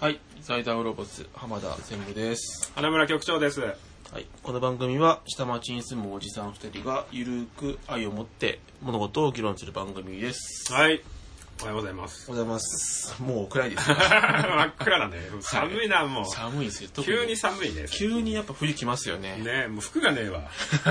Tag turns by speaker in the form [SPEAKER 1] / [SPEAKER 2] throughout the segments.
[SPEAKER 1] はい、財団ウロボス浜田専務です。
[SPEAKER 2] 花村局長です。
[SPEAKER 1] はい、この番組は下町に住むおじさん二人がゆるく愛を持って物事を議論する番組です。
[SPEAKER 2] はい。おはようございます。
[SPEAKER 1] おはようございます。もう暗いです ね。
[SPEAKER 2] 真っ暗だね。寒いな、もう。
[SPEAKER 1] 寒いですよ。特に
[SPEAKER 2] 急に寒いね。
[SPEAKER 1] 急にやっぱ冬来ますよね。
[SPEAKER 2] ねもう服がね えわ。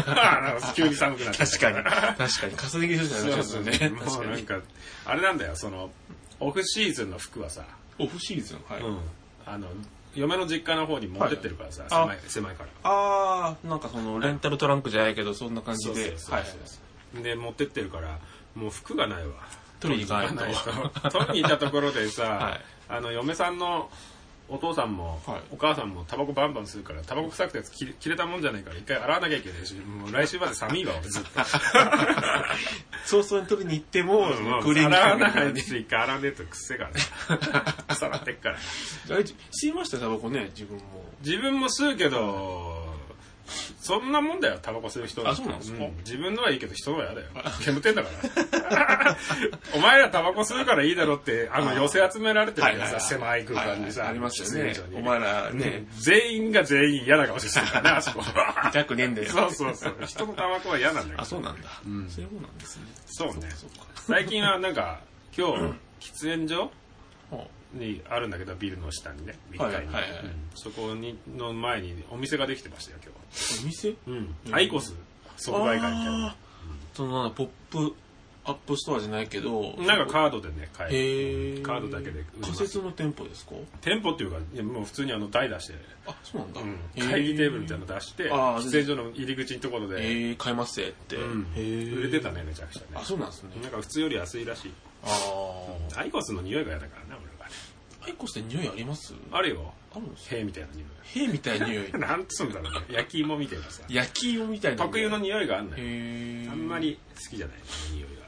[SPEAKER 2] なんか急に寒くなって
[SPEAKER 1] 確かに。確かに。重ね着する じゃない
[SPEAKER 2] そう
[SPEAKER 1] です
[SPEAKER 2] そ
[SPEAKER 1] よ
[SPEAKER 2] う
[SPEAKER 1] ね。
[SPEAKER 2] ね。も
[SPEAKER 1] 確
[SPEAKER 2] う
[SPEAKER 1] か
[SPEAKER 2] なん
[SPEAKER 1] に。
[SPEAKER 2] か、あれなんだよ、その、オフシーズンの服はさ、
[SPEAKER 1] オフシーズンはい。
[SPEAKER 2] うん。あの、嫁の実家の方に持ってってるからさ、
[SPEAKER 1] はい
[SPEAKER 2] 狭い、狭いから。
[SPEAKER 1] あー、なんかその、レンタルトランクじゃないけど、そんな感じ
[SPEAKER 2] そうそう
[SPEAKER 1] で。
[SPEAKER 2] そう
[SPEAKER 1] はい。
[SPEAKER 2] で、持ってってるから、もう服がないわ。
[SPEAKER 1] 取りに行かないと
[SPEAKER 2] と。取りに行ったところでさ、
[SPEAKER 1] はい
[SPEAKER 2] あの、嫁さんのお父さんも、
[SPEAKER 1] はい
[SPEAKER 2] お母さんもタバコバンバン吸うから、タバコ臭くて切れ切れたもんじゃないから、一回洗わなきゃいけないし、もう来週まで寒いわ、俺ずっと。
[SPEAKER 1] 早々に取りに行っても、
[SPEAKER 2] も
[SPEAKER 1] ク
[SPEAKER 2] う
[SPEAKER 1] リーニング
[SPEAKER 2] 洗わ
[SPEAKER 1] かけて
[SPEAKER 2] ないし、一回洗わねえと癖がね。さらってっから。
[SPEAKER 1] あれ吸いましたよタバコね、自分も。
[SPEAKER 2] 自分も吸うけど、そんなもんだよ、タバコ吸う人
[SPEAKER 1] あそうなんですか
[SPEAKER 2] 自分のはいいけど、人のは嫌だよ。煙ってんだから。 お前らタバコ吸うからいいだろって、あの、寄せ集められてるけどさ、狭い空間にさ、
[SPEAKER 1] ありますよね
[SPEAKER 2] 喫煙所。に
[SPEAKER 1] お前らね
[SPEAKER 2] ね、全員が全員嫌な顔してるからね、あそ こ。
[SPEAKER 1] 痛くねえんだよ。
[SPEAKER 2] そう そうそう。人のタバコは嫌なんだ
[SPEAKER 1] あ、
[SPEAKER 2] けど。
[SPEAKER 1] そうなんだ。そういうもんなんですね。
[SPEAKER 2] そうね。
[SPEAKER 1] そうか。
[SPEAKER 2] 最近はなんか、今日、喫煙所
[SPEAKER 1] は
[SPEAKER 2] にあるんだけどビルの下にね1
[SPEAKER 1] はい
[SPEAKER 2] 階に、
[SPEAKER 1] はいはいはい
[SPEAKER 2] うんそこにの前にお店ができてましたよ今
[SPEAKER 1] お店
[SPEAKER 2] 日は、
[SPEAKER 1] う
[SPEAKER 2] うんん、アイコス即売会みたい
[SPEAKER 1] あーそのなんだポップアップストアじゃないけど、
[SPEAKER 2] ななんかカードでね買え
[SPEAKER 1] へ
[SPEAKER 2] る
[SPEAKER 1] ー
[SPEAKER 2] カードだけで売りま
[SPEAKER 1] 仮
[SPEAKER 2] す
[SPEAKER 1] 設の店舗ですか
[SPEAKER 2] 店舗っていうかいやもう普通にあの台出して、
[SPEAKER 1] あ、そうなんだ
[SPEAKER 2] うん。
[SPEAKER 1] へー
[SPEAKER 2] 会議テーブルみたいなの出して
[SPEAKER 1] あー
[SPEAKER 2] 喫煙所の入り口のところ
[SPEAKER 1] え
[SPEAKER 2] で
[SPEAKER 1] ー、買いますぜって。
[SPEAKER 2] うん
[SPEAKER 1] へー
[SPEAKER 2] 売れてたねめちゃくちゃ
[SPEAKER 1] あ、
[SPEAKER 2] ね
[SPEAKER 1] そうなんですね。
[SPEAKER 2] なんか普通より安いらしい
[SPEAKER 1] あー。
[SPEAKER 2] アイコスの匂いが嫌だからな俺は
[SPEAKER 1] アイコスって匂いありますあ
[SPEAKER 2] あるよ
[SPEAKER 1] るんですか
[SPEAKER 2] 塀みたいな匂
[SPEAKER 1] へみたいな匂い
[SPEAKER 2] い。なんつうんだろうね 焼き芋みたいなさ
[SPEAKER 1] 焼き芋みたいな。
[SPEAKER 2] 特有の。匂いがあんの
[SPEAKER 1] へ
[SPEAKER 2] よ
[SPEAKER 1] ー。
[SPEAKER 2] あんま。り好きじゃない匂いが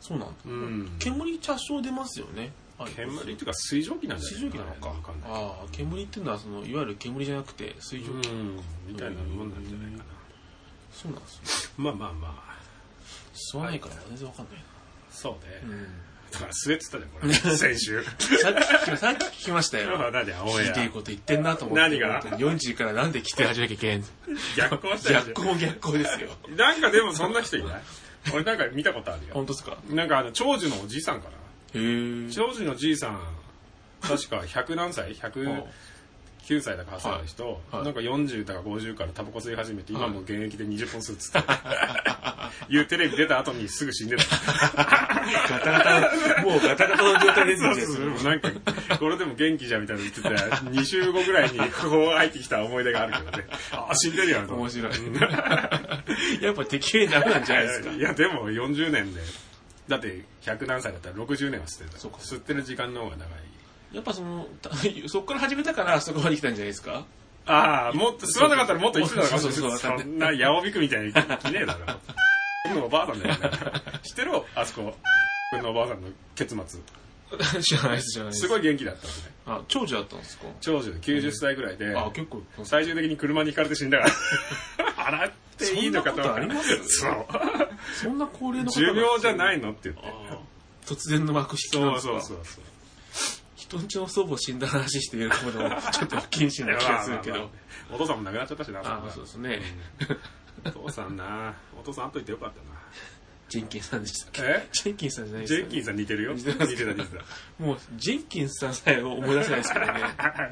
[SPEAKER 1] そうなんだ。
[SPEAKER 2] うん
[SPEAKER 1] 煙茶少出ますよね。
[SPEAKER 2] 煙っていうか水蒸気なんじゃ
[SPEAKER 1] 水
[SPEAKER 2] ない
[SPEAKER 1] 蒸気なのか
[SPEAKER 2] わんない
[SPEAKER 1] ああ煙っていうのはそのいわゆる煙じゃなくて水蒸気、
[SPEAKER 2] うんみたいなもんなんじゃないかな
[SPEAKER 1] そうなんですね
[SPEAKER 2] まあまあまあ
[SPEAKER 1] 吸わないから全然わかんない
[SPEAKER 2] そう
[SPEAKER 1] な、
[SPEAKER 2] ねだから滑ってたねこれ 先週
[SPEAKER 1] さっき聞きさっき聞きましたよ
[SPEAKER 2] 今何オン
[SPEAKER 1] 聞いていい
[SPEAKER 2] エ
[SPEAKER 1] こと言ってんなと思って
[SPEAKER 2] 何が
[SPEAKER 1] 本当に4時からなんで来て始めなきゃいけん
[SPEAKER 2] ア逆行したでし
[SPEAKER 1] 逆
[SPEAKER 2] ょ
[SPEAKER 1] 光逆光ですよ
[SPEAKER 2] なんかでもそんな人 いない俺なんか見たことあるよ
[SPEAKER 1] 本当ですか
[SPEAKER 2] なんかあの長寿のおじいさんかな
[SPEAKER 1] へえ
[SPEAKER 2] 長寿のじいさん確か100何歳109歳だか8歳の人、
[SPEAKER 1] はいはい
[SPEAKER 2] なんか40だか50からタバコ吸い始めて今
[SPEAKER 1] はい
[SPEAKER 2] もう現役で20本吸うっつ っていうテレビ出た後にすぐ死んでた
[SPEAKER 1] ガタガタもうガタガタの状態です
[SPEAKER 2] そう
[SPEAKER 1] よ
[SPEAKER 2] そう
[SPEAKER 1] ね
[SPEAKER 2] なんか、これでも元気じゃんみたいなの言ってて、2週後ぐらいにここ入ってきた思い出があるけどね。 あ、死んでるやんと思
[SPEAKER 1] 面
[SPEAKER 2] って。
[SPEAKER 1] 白い やっぱ適正なくなんじゃないですか
[SPEAKER 2] いや、でも40年で、だって100何歳だったら60年は吸ってた。
[SPEAKER 1] そうか
[SPEAKER 2] 吸ってる時間の方が長い。
[SPEAKER 1] やっぱそのた そこから始めたからそこまで来たんじゃないですか
[SPEAKER 2] ああ、もっと、吸わなかったらもっと生きてたのかもしれない
[SPEAKER 1] そうそうそうわかんない
[SPEAKER 2] そんな、やおびくみたいに きねえだろ。僕のおばあさんだよね。知ってるあそこ。僕のおばあさんの結末。
[SPEAKER 1] 知らないです知らないです
[SPEAKER 2] すごい元気だったのね。
[SPEAKER 1] あ長女だったんですか
[SPEAKER 2] 長女で90歳ぐらいで。
[SPEAKER 1] あ結構
[SPEAKER 2] 最終的に車にひかれて死んだから。 洗っていいのか
[SPEAKER 1] そ
[SPEAKER 2] と
[SPEAKER 1] んなことあります
[SPEAKER 2] そう。
[SPEAKER 1] そんな高齢の方
[SPEAKER 2] 寿命じゃないいのって言って。
[SPEAKER 1] 突然の幕引きなん
[SPEAKER 2] そ
[SPEAKER 1] で
[SPEAKER 2] う
[SPEAKER 1] すか
[SPEAKER 2] そうそうそう。
[SPEAKER 1] 人んちの祖母死んだ話してること もちょっと不謹慎な気がするけ
[SPEAKER 2] まあ
[SPEAKER 1] ど
[SPEAKER 2] まあまあお父さんも亡くなっちゃったしな。
[SPEAKER 1] ああそうですね
[SPEAKER 2] うんお父さんな。お父さんあっといてよかっ
[SPEAKER 1] ジェンキンさんでしたったけ
[SPEAKER 2] な。え
[SPEAKER 1] ジェンキンさんじゃないです
[SPEAKER 2] ジ
[SPEAKER 1] よ
[SPEAKER 2] ェンキンさん似てるよ。
[SPEAKER 1] 似
[SPEAKER 2] 似
[SPEAKER 1] て
[SPEAKER 2] て
[SPEAKER 1] ま
[SPEAKER 2] た
[SPEAKER 1] す
[SPEAKER 2] 似てた。
[SPEAKER 1] もうジェンキンさんさえ思い出せないです けどね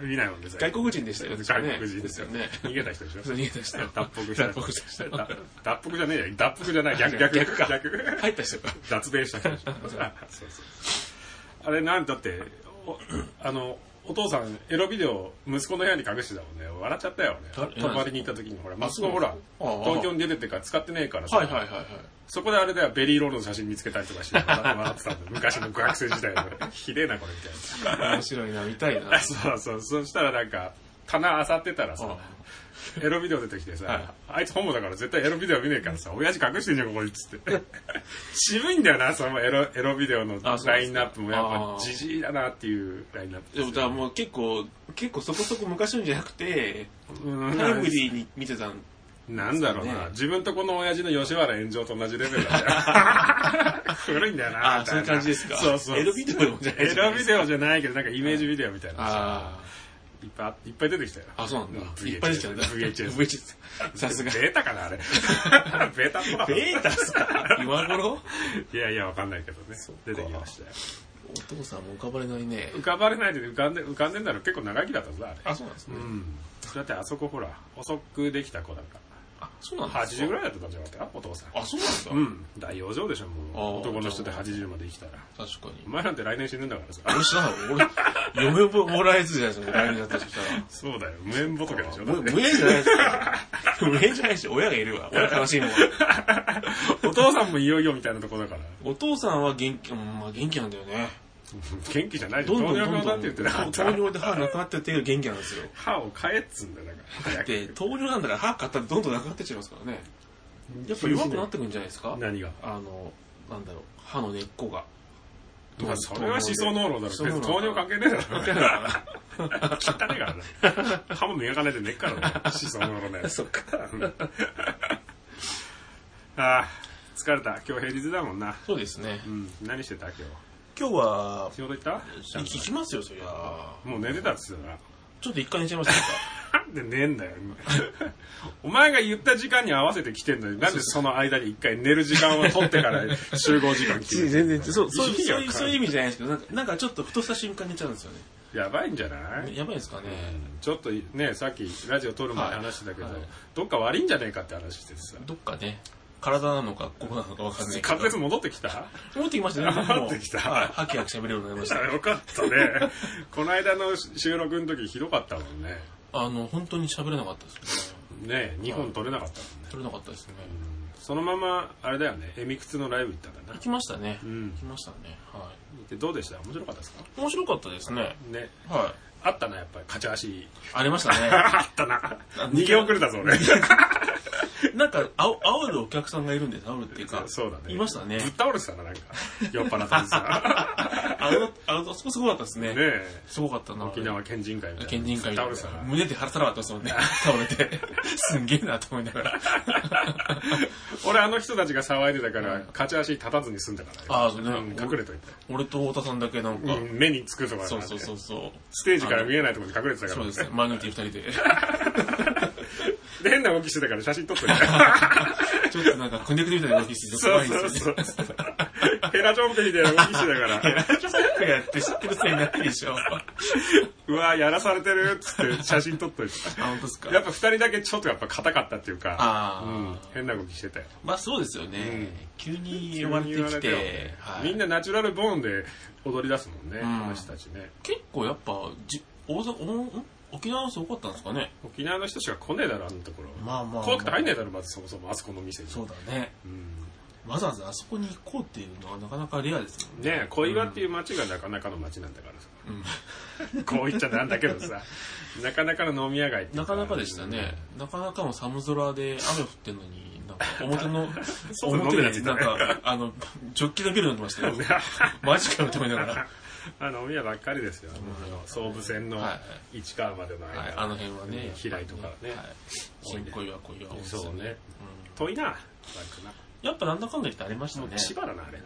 [SPEAKER 2] 見ないもんね。
[SPEAKER 1] 外国人でしたよね
[SPEAKER 2] 外国人
[SPEAKER 1] で
[SPEAKER 2] ですす
[SPEAKER 1] よ
[SPEAKER 2] よ
[SPEAKER 1] ね
[SPEAKER 2] ね。逃げた人でしょ
[SPEAKER 1] そう。逃げ出したよ
[SPEAKER 2] 脱北した人。
[SPEAKER 1] 脱北した人
[SPEAKER 2] 脱脱北じゃねえや。脱北じゃない。逆、逆、
[SPEAKER 1] 逆か
[SPEAKER 2] 逆。
[SPEAKER 1] 入った人が
[SPEAKER 2] 脱弁した人でしょ そうそうあれなんだっておあのお父さんエロビデオ息子の部屋に隠してたもんね笑っちゃったよ
[SPEAKER 1] あ
[SPEAKER 2] 俺泊まりに行った時にほら息子ほら
[SPEAKER 1] ああ
[SPEAKER 2] 東京に出てってから使ってねえからさ、
[SPEAKER 1] はいはいはいはい
[SPEAKER 2] そこであれだよベリーロールの写真見つけたりとかして笑ってたんだよ昔の学生時代のひでえなこれみたいな
[SPEAKER 1] 面白いな見たいな
[SPEAKER 2] そうそうそしたらなんか棚漁ってたらさ
[SPEAKER 1] あ
[SPEAKER 2] エロビデオ出てきてさ、
[SPEAKER 1] はい
[SPEAKER 2] あいつホモだから絶対エロビデオ見ねえからさ、親父隠してんじゃん、ここにっ つって。渋いんだよな、そのエロエロビデオの
[SPEAKER 1] あそうですか
[SPEAKER 2] ラインナップもやっ
[SPEAKER 1] あー
[SPEAKER 2] ぱジジイだなっていうラインナップ
[SPEAKER 1] で
[SPEAKER 2] で
[SPEAKER 1] も
[SPEAKER 2] す
[SPEAKER 1] だからもう結構結構そこそこ昔のじゃなくて
[SPEAKER 2] うん
[SPEAKER 1] タイムリーに見てたん
[SPEAKER 2] なんだろうな、自分とこの親父の吉原炎上と同じレベルだね。 古いんだよな、
[SPEAKER 1] あ
[SPEAKER 2] み
[SPEAKER 1] ー
[SPEAKER 2] た
[SPEAKER 1] そういう感じですか
[SPEAKER 2] そうそう。
[SPEAKER 1] エロビデオじゃない
[SPEAKER 2] エロビデオじゃないけど、なんかイメージビデオみたいな。
[SPEAKER 1] あ
[SPEAKER 2] いっぱい、いっぱい出てきたよ。
[SPEAKER 1] あ。あ、そうなんだ。
[SPEAKER 2] VHS
[SPEAKER 1] いっぱい出ちゃうんだ。
[SPEAKER 2] VHS。
[SPEAKER 1] VHS。さすが。
[SPEAKER 2] ベータかな、あれ。 ベータっぽかった。
[SPEAKER 1] ベータっすか今頃
[SPEAKER 2] いやいや、わかんないけどね
[SPEAKER 1] っか。
[SPEAKER 2] 出てきましたよ。
[SPEAKER 1] お父さんも浮かばれないね
[SPEAKER 2] 浮。かばれないで浮かんで、浮かんでんだろ、結構長生きだったぞ、あれ。
[SPEAKER 1] あ、そうなんですね
[SPEAKER 2] う。ん。だってあそこほら、遅くできた子だか
[SPEAKER 1] あ、そうなん
[SPEAKER 2] ら。
[SPEAKER 1] ですか
[SPEAKER 2] 80ぐらいだったんじゃなかったか、お父さん。
[SPEAKER 1] あ、そうなんですか
[SPEAKER 2] うん。大養生でしょ、も
[SPEAKER 1] あ
[SPEAKER 2] う。
[SPEAKER 1] ー
[SPEAKER 2] 男の人で80まで生きたら。
[SPEAKER 1] 確か
[SPEAKER 2] お
[SPEAKER 1] に。
[SPEAKER 2] 前なんて来年死ぬんだか らさ。
[SPEAKER 1] 俺知らない。俺、嫁ももらえずじゃないですか。来年だったとしたら。
[SPEAKER 2] そうだよ、無縁仏でしょ。だ
[SPEAKER 1] 無
[SPEAKER 2] って
[SPEAKER 1] 無縁じゃないですか。 無縁じゃないし、親がいるわ。 親悲しいもん。
[SPEAKER 2] お父さんもいよいよみたいなとこだから。
[SPEAKER 1] お父さんは元気、うんまあ元気なんだよね。
[SPEAKER 2] 元気じゃないで
[SPEAKER 1] どんどん
[SPEAKER 2] 糖
[SPEAKER 1] どん
[SPEAKER 2] 尿病
[SPEAKER 1] ど
[SPEAKER 2] だっ
[SPEAKER 1] ん。
[SPEAKER 2] て言ってなかった
[SPEAKER 1] 糖尿で歯なくなってってるけど元気なんですよ。
[SPEAKER 2] 歯を変えっつうんだよ、だから。早く
[SPEAKER 1] で、糖尿なんだから歯買ったらどんどんなくなってっちゃいますからね。やっぱ弱くなってくるんじゃないですか
[SPEAKER 2] 何が
[SPEAKER 1] あの、なんだろう、歯の根っこが。
[SPEAKER 2] まあ、それは思想能力だろ。別
[SPEAKER 1] 思
[SPEAKER 2] に
[SPEAKER 1] 想
[SPEAKER 2] 糖
[SPEAKER 1] 能
[SPEAKER 2] 尿
[SPEAKER 1] 力
[SPEAKER 2] 関係ねえだ
[SPEAKER 1] 関
[SPEAKER 2] ろ。
[SPEAKER 1] 係ないかな
[SPEAKER 2] 汚いからね。歯も磨かないでねっからね。思想能力ね。
[SPEAKER 1] そっか。
[SPEAKER 2] ああ、疲れた。今日平日だもんな。
[SPEAKER 1] そうですね
[SPEAKER 2] う。ん。何してた今日。
[SPEAKER 1] 今日は、
[SPEAKER 2] 仕事行った
[SPEAKER 1] 聞きますよ、そりゃ。
[SPEAKER 2] もう寝てたっつってたな。
[SPEAKER 1] ちょっと一回寝ちゃいましたか。
[SPEAKER 2] なんで寝んだよ、今 お前が言った時間に合わせて来てんのに、なんでその間に一回寝る時間を取ってから集合時間来てる
[SPEAKER 1] 全然、そう、そう
[SPEAKER 2] 意味わ
[SPEAKER 1] そ
[SPEAKER 2] か
[SPEAKER 1] うんい、
[SPEAKER 2] ないう
[SPEAKER 1] そういう意味じゃないですけど、なんか、なんかちょっとふとした瞬間に寝ちゃうんですよね。
[SPEAKER 2] やばいんじゃない
[SPEAKER 1] やばいですかね。
[SPEAKER 2] ちょっとね、さっきラジオ撮る前に話してたけど、
[SPEAKER 1] はいはい
[SPEAKER 2] どっか悪いんじゃねえかって話しててさ。
[SPEAKER 1] どっかね、体なのか、ここなのかわかんないけど。
[SPEAKER 2] 滑舌戻って きた
[SPEAKER 1] 戻ってきましたね、僕も。
[SPEAKER 2] 戻ってきた
[SPEAKER 1] はい。はきはき喋れるようになりました。
[SPEAKER 2] よかったね。この間の収録の時ひどかったもんね。
[SPEAKER 1] あの、本当に喋れなかったですね。
[SPEAKER 2] ね2本撮れなかったもんね。
[SPEAKER 1] 取れなかったですね。
[SPEAKER 2] そのまま、あれだよね、えみくつのライブ行ったんだな
[SPEAKER 1] 行。きましたね。
[SPEAKER 2] うん
[SPEAKER 1] 行きましたね。は
[SPEAKER 2] でどうでした面白かったですか
[SPEAKER 1] い。面白かったですね。
[SPEAKER 2] ね。
[SPEAKER 1] はい。
[SPEAKER 2] あったな、やっぱり、勝ち足。
[SPEAKER 1] ありました ね。
[SPEAKER 2] あったな。逃げ遅れたぞ、俺。
[SPEAKER 1] なんか、あお煽るお客さんがいるんです。煽るっていうか。
[SPEAKER 2] そうだね。
[SPEAKER 1] いましたね
[SPEAKER 2] ぶっ。倒れてたな、なんか。酔っ払ったり さ。
[SPEAKER 1] あの、あの、そこすごかったです
[SPEAKER 2] ね
[SPEAKER 1] ね。
[SPEAKER 2] え。
[SPEAKER 1] すごかったな。
[SPEAKER 2] 沖縄県人会みたいな。
[SPEAKER 1] 県人会
[SPEAKER 2] ぶっ倒れてたな。
[SPEAKER 1] 胸で腹さらわったです もんね。倒れて。すんげえなと思いながら。
[SPEAKER 2] 俺、あの人たちが騒いでたから、勝ち足立たずに済んだからね。
[SPEAKER 1] ああそうね
[SPEAKER 2] ん隠れといて。
[SPEAKER 1] 俺と太田さんだけなんか、
[SPEAKER 2] うん目につくとか。
[SPEAKER 1] そうそうそううそう。
[SPEAKER 2] ステージから見えないところに隠れてたか
[SPEAKER 1] そ
[SPEAKER 2] ら
[SPEAKER 1] う
[SPEAKER 2] ね。
[SPEAKER 1] ですね。前向いて二人で。
[SPEAKER 2] で変な動きしてたから写真撮っ てね。
[SPEAKER 1] ちょっとなんか、くねくねみたいな動きしてて
[SPEAKER 2] そ
[SPEAKER 1] 怖
[SPEAKER 2] う
[SPEAKER 1] いんで
[SPEAKER 2] そう
[SPEAKER 1] す
[SPEAKER 2] そ
[SPEAKER 1] よ
[SPEAKER 2] う
[SPEAKER 1] ね。。
[SPEAKER 2] ヘラジョンペみたいな動きしてたか ら、
[SPEAKER 1] ちょっとやって知ってるせいになってるでし ょ。あ、
[SPEAKER 2] うわやらされてるっつって写真撮っといて。
[SPEAKER 1] 本当ですか
[SPEAKER 2] やっぱ二人だけちょっとやっぱ硬かったっていうか、
[SPEAKER 1] あ
[SPEAKER 2] う
[SPEAKER 1] あ、
[SPEAKER 2] ん、変な動きしてたよ。
[SPEAKER 1] まあそうですよね。急に呼ばれてきて、はい、
[SPEAKER 2] みんなナチュラルボーンで踊り出すもんね、
[SPEAKER 1] ん
[SPEAKER 2] あの人たちね。
[SPEAKER 1] 結構やっぱじ大阪おん沖縄の人多かったんですかね
[SPEAKER 2] 沖縄の人しか来ねえだろ、あのところ。
[SPEAKER 1] まあまあまあ
[SPEAKER 2] 怖くて入んねえだろ、まずそもそも、あそこの店に。
[SPEAKER 1] そうだね
[SPEAKER 2] うん
[SPEAKER 1] わざわざあそこに行こうっていうのはなかなかレアですもんね
[SPEAKER 2] ねえ、小岩っていう街がなかなかの街なんだからさ。
[SPEAKER 1] ん
[SPEAKER 2] こう言っちゃなんだけどさ、なかなかの飲み屋街っていう
[SPEAKER 1] なかなかでしたね、なかなかの寒空で雨降ってんのになんか表 の
[SPEAKER 2] そう
[SPEAKER 1] 表
[SPEAKER 2] 飲んで
[SPEAKER 1] でな
[SPEAKER 2] た
[SPEAKER 1] んかあのジョッキのビール飲んでました よマジかよと思いながら、は
[SPEAKER 2] あの、お宮ばっかりですよ。あの、総武線の
[SPEAKER 1] はいは
[SPEAKER 2] 市川までの間。
[SPEAKER 1] い、あの辺はね
[SPEAKER 2] 平井とかね
[SPEAKER 1] はい、新小岩小岩温泉
[SPEAKER 2] そう
[SPEAKER 1] う
[SPEAKER 2] ね。
[SPEAKER 1] ん
[SPEAKER 2] 遠いな、なんか
[SPEAKER 1] やっぱなんだかんだ言ってありました
[SPEAKER 2] な。も
[SPEAKER 1] ね
[SPEAKER 2] う千葉だな、あれな。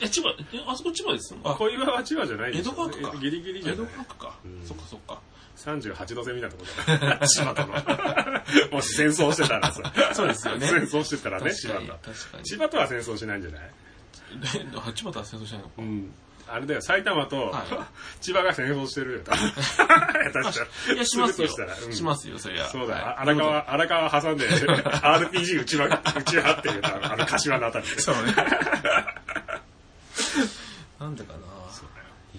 [SPEAKER 1] え千葉えあそこ千葉ですもんあ
[SPEAKER 2] 小岩は千葉じゃないで
[SPEAKER 1] 江
[SPEAKER 2] しょ
[SPEAKER 1] 戸川区か。
[SPEAKER 2] ギリギリじゃな
[SPEAKER 1] 江
[SPEAKER 2] い
[SPEAKER 1] 戸。川区か。
[SPEAKER 2] うん
[SPEAKER 1] そっかそっか。
[SPEAKER 2] 38度線みたいなとこだ な千葉との。もし戦争してたらさ。
[SPEAKER 1] そうですよね
[SPEAKER 2] 戦争してたらね、
[SPEAKER 1] 確
[SPEAKER 2] 千葉
[SPEAKER 1] かに。
[SPEAKER 2] と。
[SPEAKER 1] 確かに。
[SPEAKER 2] 千葉とは戦争しないんじゃない
[SPEAKER 1] え 八幡は戦争し ないのか。
[SPEAKER 2] うん。あれだよ、埼玉と、
[SPEAKER 1] は
[SPEAKER 2] 千葉が戦争し てるよ、多分下手し
[SPEAKER 1] いや、しますよ
[SPEAKER 2] するとしたらう。ん
[SPEAKER 1] しますよ、そりゃ。
[SPEAKER 2] そうだよ、
[SPEAKER 1] はい
[SPEAKER 2] 荒。川、荒川挟んで、RPG 打ちまく、打ち合ってるよ、あのあの柏のあた りで。
[SPEAKER 1] そうね。なんでかな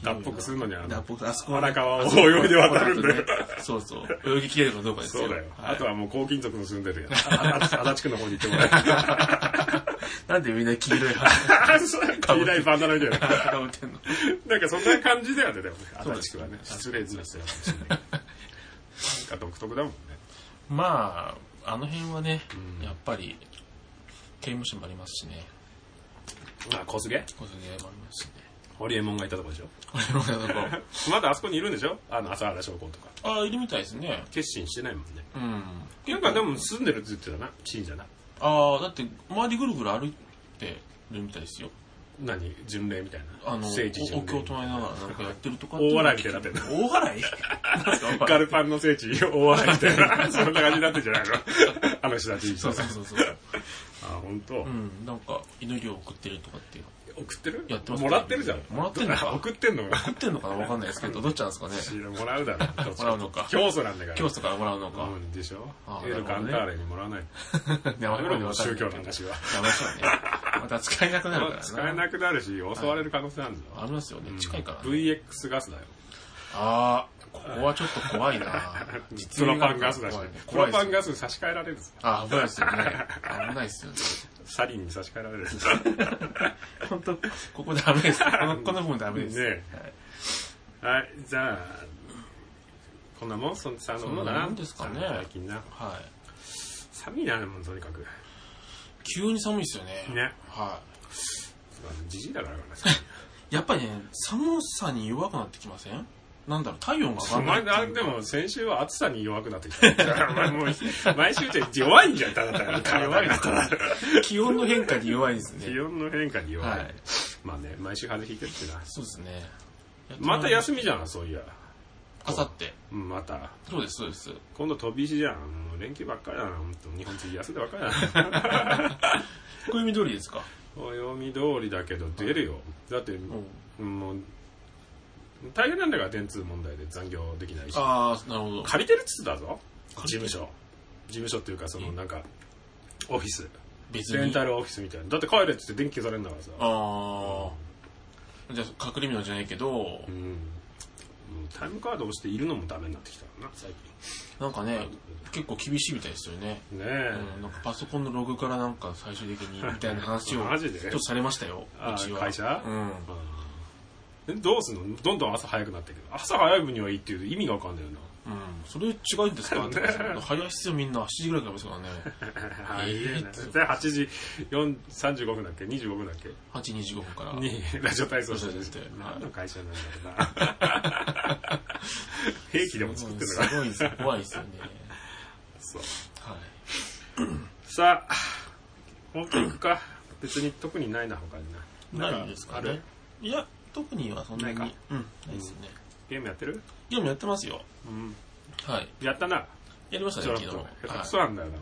[SPEAKER 2] 脱北するのにあの
[SPEAKER 1] 脱北、あそこはね
[SPEAKER 2] 荒川を泳いで渡 るんだよ。
[SPEAKER 1] そうそう。泳ぎ切れるかどうかですよ。
[SPEAKER 2] そうだよ。
[SPEAKER 1] はい
[SPEAKER 2] あとはもう黄金族の住んで るやん。ああ足立区の方に行ってもらえ
[SPEAKER 1] なんでみんな黄色い肌
[SPEAKER 2] る。いないバンダナみたいな。
[SPEAKER 1] かぶってんの
[SPEAKER 2] なんかそんな感じだよね、でもね。
[SPEAKER 1] そう
[SPEAKER 2] 足
[SPEAKER 1] で
[SPEAKER 2] 立
[SPEAKER 1] す
[SPEAKER 2] 区はね。失礼ずらすよ。なんか独特だもんね。
[SPEAKER 1] まあ、あの辺はね、やっぱり、刑務所もありますしね。
[SPEAKER 2] あ、小菅
[SPEAKER 1] 小杉もありますしね。
[SPEAKER 2] ホリエモンがいたとこでしょまだあそこにいるんでしょあの朝原将校とか
[SPEAKER 1] ああ、いるみたいですね。
[SPEAKER 2] 決心してないもんね
[SPEAKER 1] うん。
[SPEAKER 2] なんかでも住んでるって言ってたな信者な
[SPEAKER 1] ああ、だって、周りぐるぐる歩いてるみたいですよ。
[SPEAKER 2] 何巡礼みたいな
[SPEAKER 1] あの、お
[SPEAKER 2] 聖地巡
[SPEAKER 1] お経を
[SPEAKER 2] 礼
[SPEAKER 1] 唱えながらなんかやってるとかっていう
[SPEAKER 2] 大
[SPEAKER 1] のは
[SPEAKER 2] 笑いみたい になってる
[SPEAKER 1] 大笑いなんですか大
[SPEAKER 2] ガ
[SPEAKER 1] 笑い
[SPEAKER 2] ルパンの聖地大笑いみたいな そんな感じになってんじゃないの あの人たち
[SPEAKER 1] そうそうそうそう。
[SPEAKER 2] あ本当、
[SPEAKER 1] うん、なんか、祈りを送ってるとかっていう。
[SPEAKER 2] 送ってる
[SPEAKER 1] やってます
[SPEAKER 2] もらってるじゃん
[SPEAKER 1] もらってんのか
[SPEAKER 2] 送ってんのか
[SPEAKER 1] 送ってんのかなわかんないですけど、どっちなんですかね。
[SPEAKER 2] もらうだろどっち
[SPEAKER 1] もらうのか
[SPEAKER 2] 教祖なんだから
[SPEAKER 1] 教祖からもらうのか。
[SPEAKER 2] うんでしょ
[SPEAKER 1] あ
[SPEAKER 2] エル・カンターレにもらわない
[SPEAKER 1] や
[SPEAKER 2] や
[SPEAKER 1] ば
[SPEAKER 2] め
[SPEAKER 1] い
[SPEAKER 2] ろもう宗教の話は
[SPEAKER 1] やめましょうね。また使えなくなるからな。
[SPEAKER 2] 使えなくなるし襲われる可能性あるぞ
[SPEAKER 1] ありますよね。近いから、ね。
[SPEAKER 2] VX ガスだよ
[SPEAKER 1] ああ、ここはちょっと怖 いな。
[SPEAKER 2] プロパンガスだし
[SPEAKER 1] 怖いね
[SPEAKER 2] プロパンガ
[SPEAKER 1] ス。
[SPEAKER 2] ス差し替えられるぞ
[SPEAKER 1] あー危ないですよね。危ないですよね。
[SPEAKER 2] サリンに差し替えられる
[SPEAKER 1] 本当ここダメです。こ の、この部分ダメです。
[SPEAKER 2] ね
[SPEAKER 1] はい
[SPEAKER 2] はいじゃあこんなもんそんなもんだ
[SPEAKER 1] そんな
[SPEAKER 2] な
[SPEAKER 1] もんですかね
[SPEAKER 2] 最近な
[SPEAKER 1] はい。
[SPEAKER 2] 寒いなでもとにかく
[SPEAKER 1] 急に寒いですよね。
[SPEAKER 2] ね
[SPEAKER 1] は。
[SPEAKER 2] じじいだからかない
[SPEAKER 1] やっぱりね、寒さに弱くなってきませんなんだろう、体温が上が
[SPEAKER 2] お
[SPEAKER 1] らない
[SPEAKER 2] 前
[SPEAKER 1] っていうか
[SPEAKER 2] な、でも先週は暑さに弱くなってきた。お前もう、毎週じゃ弱いんじゃん、ただた だ。体が
[SPEAKER 1] 気温の変化に弱いですね。
[SPEAKER 2] 気温の変化に弱い。
[SPEAKER 1] はい
[SPEAKER 2] まあね、毎週風邪ひいてるしな。
[SPEAKER 1] そうですね。
[SPEAKER 2] また休みじゃん、そういや。
[SPEAKER 1] あさって。
[SPEAKER 2] うんまた。
[SPEAKER 1] そうです、そうです。
[SPEAKER 2] 今度飛び石じゃん。もう連休ばっかりだな、本当日本次休んでばっかりだな。
[SPEAKER 1] 暦通りですか
[SPEAKER 2] 暦通りだけど出るよ。だって、もう、大変なんだから、電通問題で残業できないし。
[SPEAKER 1] ああ、なるほど。
[SPEAKER 2] 借りてるっつってたぞ。事
[SPEAKER 1] 借りて
[SPEAKER 2] 務所。事務所っていうか、そのなんか、オフィス。
[SPEAKER 1] 別
[SPEAKER 2] レン
[SPEAKER 1] に。
[SPEAKER 2] タルオフィスみたいな。だって帰れって言って電気消されんだからさ。
[SPEAKER 1] ああ。じゃあ、隠れ蓑じゃないけど
[SPEAKER 2] う、ん。もうタイムカードを押しているのもダメになってきたからな、最
[SPEAKER 1] なんかね、結構厳しいみたいですよね。
[SPEAKER 2] 近。ね
[SPEAKER 1] う
[SPEAKER 2] え。
[SPEAKER 1] ん、なんかパソコンのログからなんか最終的 にみたいな話を
[SPEAKER 2] マジで
[SPEAKER 1] ちょっとされましたよ、
[SPEAKER 2] あ
[SPEAKER 1] うちは。
[SPEAKER 2] 会社
[SPEAKER 1] うん。
[SPEAKER 2] えどうすんのどんどん朝早くなってくる。朝早い分にはいいっていう意味がわかんないよ
[SPEAKER 1] うん。それ違うんです かって話早いっすよ、みんな。7時ぐらいからですからね。
[SPEAKER 2] な。はいい。 で、8時4 35分だっけ ?25 分だっけ
[SPEAKER 1] 8時25分から。
[SPEAKER 2] に、ラジオ体操してる
[SPEAKER 1] そうそうそう
[SPEAKER 2] 何の会社なんだろうな。 兵器でも作ってる
[SPEAKER 1] す
[SPEAKER 2] から。
[SPEAKER 1] ごいですよ、怖いですよね。
[SPEAKER 2] そう
[SPEAKER 1] はい。
[SPEAKER 2] さあ、本当に行くか。別に特にないな、他にな。
[SPEAKER 1] ないですか
[SPEAKER 2] あ
[SPEAKER 1] ね
[SPEAKER 2] る。
[SPEAKER 1] いや、特にはそんなに。
[SPEAKER 2] ないか
[SPEAKER 1] うん、ないですね。
[SPEAKER 2] ゲームやってる
[SPEAKER 1] ゲームやってますよ。
[SPEAKER 2] うん。
[SPEAKER 1] はい。
[SPEAKER 2] やったな。
[SPEAKER 1] やりました
[SPEAKER 2] ちょ
[SPEAKER 1] ね、
[SPEAKER 2] っ
[SPEAKER 1] 昨日。
[SPEAKER 2] と。下手くそ
[SPEAKER 1] は
[SPEAKER 2] なんだよな、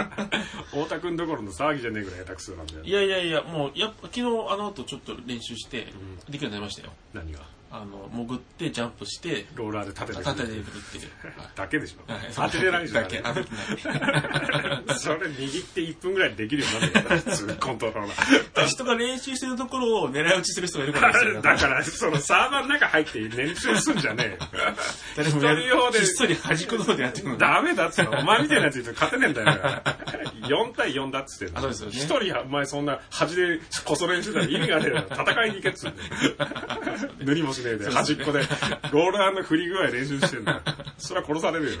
[SPEAKER 2] 太田くんどころの騒ぎじゃねえぐらい下手くそなんだよ
[SPEAKER 1] い。い
[SPEAKER 2] な。
[SPEAKER 1] やいやいや、もう、やっぱ昨日あの後ちょっと練習して、できるようになりましたよ。
[SPEAKER 2] 何が
[SPEAKER 1] あの、潜って、ジャンプして、
[SPEAKER 2] ローラーで立てた
[SPEAKER 1] 片
[SPEAKER 2] り
[SPEAKER 1] 手
[SPEAKER 2] す
[SPEAKER 1] で
[SPEAKER 2] る
[SPEAKER 1] 振ってる。
[SPEAKER 2] だけでしょ
[SPEAKER 1] はい
[SPEAKER 2] 当てれないじゃん。
[SPEAKER 1] だけ、
[SPEAKER 2] あ
[SPEAKER 1] 当
[SPEAKER 2] れ
[SPEAKER 1] ててない。
[SPEAKER 2] それ握って1分ぐらいできるようになってるから、普通コントローラー。
[SPEAKER 1] 人が練習してるところを狙い撃ちする人がいるからですよ。
[SPEAKER 2] だから、そのサーバーの中入って練習すんじゃねえよ。
[SPEAKER 1] 誰もや
[SPEAKER 2] 一人用
[SPEAKER 1] る。
[SPEAKER 2] で
[SPEAKER 1] ひっそり端っこの方でやってくるんだ。
[SPEAKER 2] ダメだっつうの。お前みたいなやついると勝てねえんだ よ。4対4だっつってん
[SPEAKER 1] あ
[SPEAKER 2] の
[SPEAKER 1] そうですよね
[SPEAKER 2] 一人は、お前そんな端でこそ練してたら意味がねえよ。戦いに行けっつうん だよ。塗りもしねえで、端っこで、ローラーの振り具合練習して んだよ。そりゃ殺されるよ。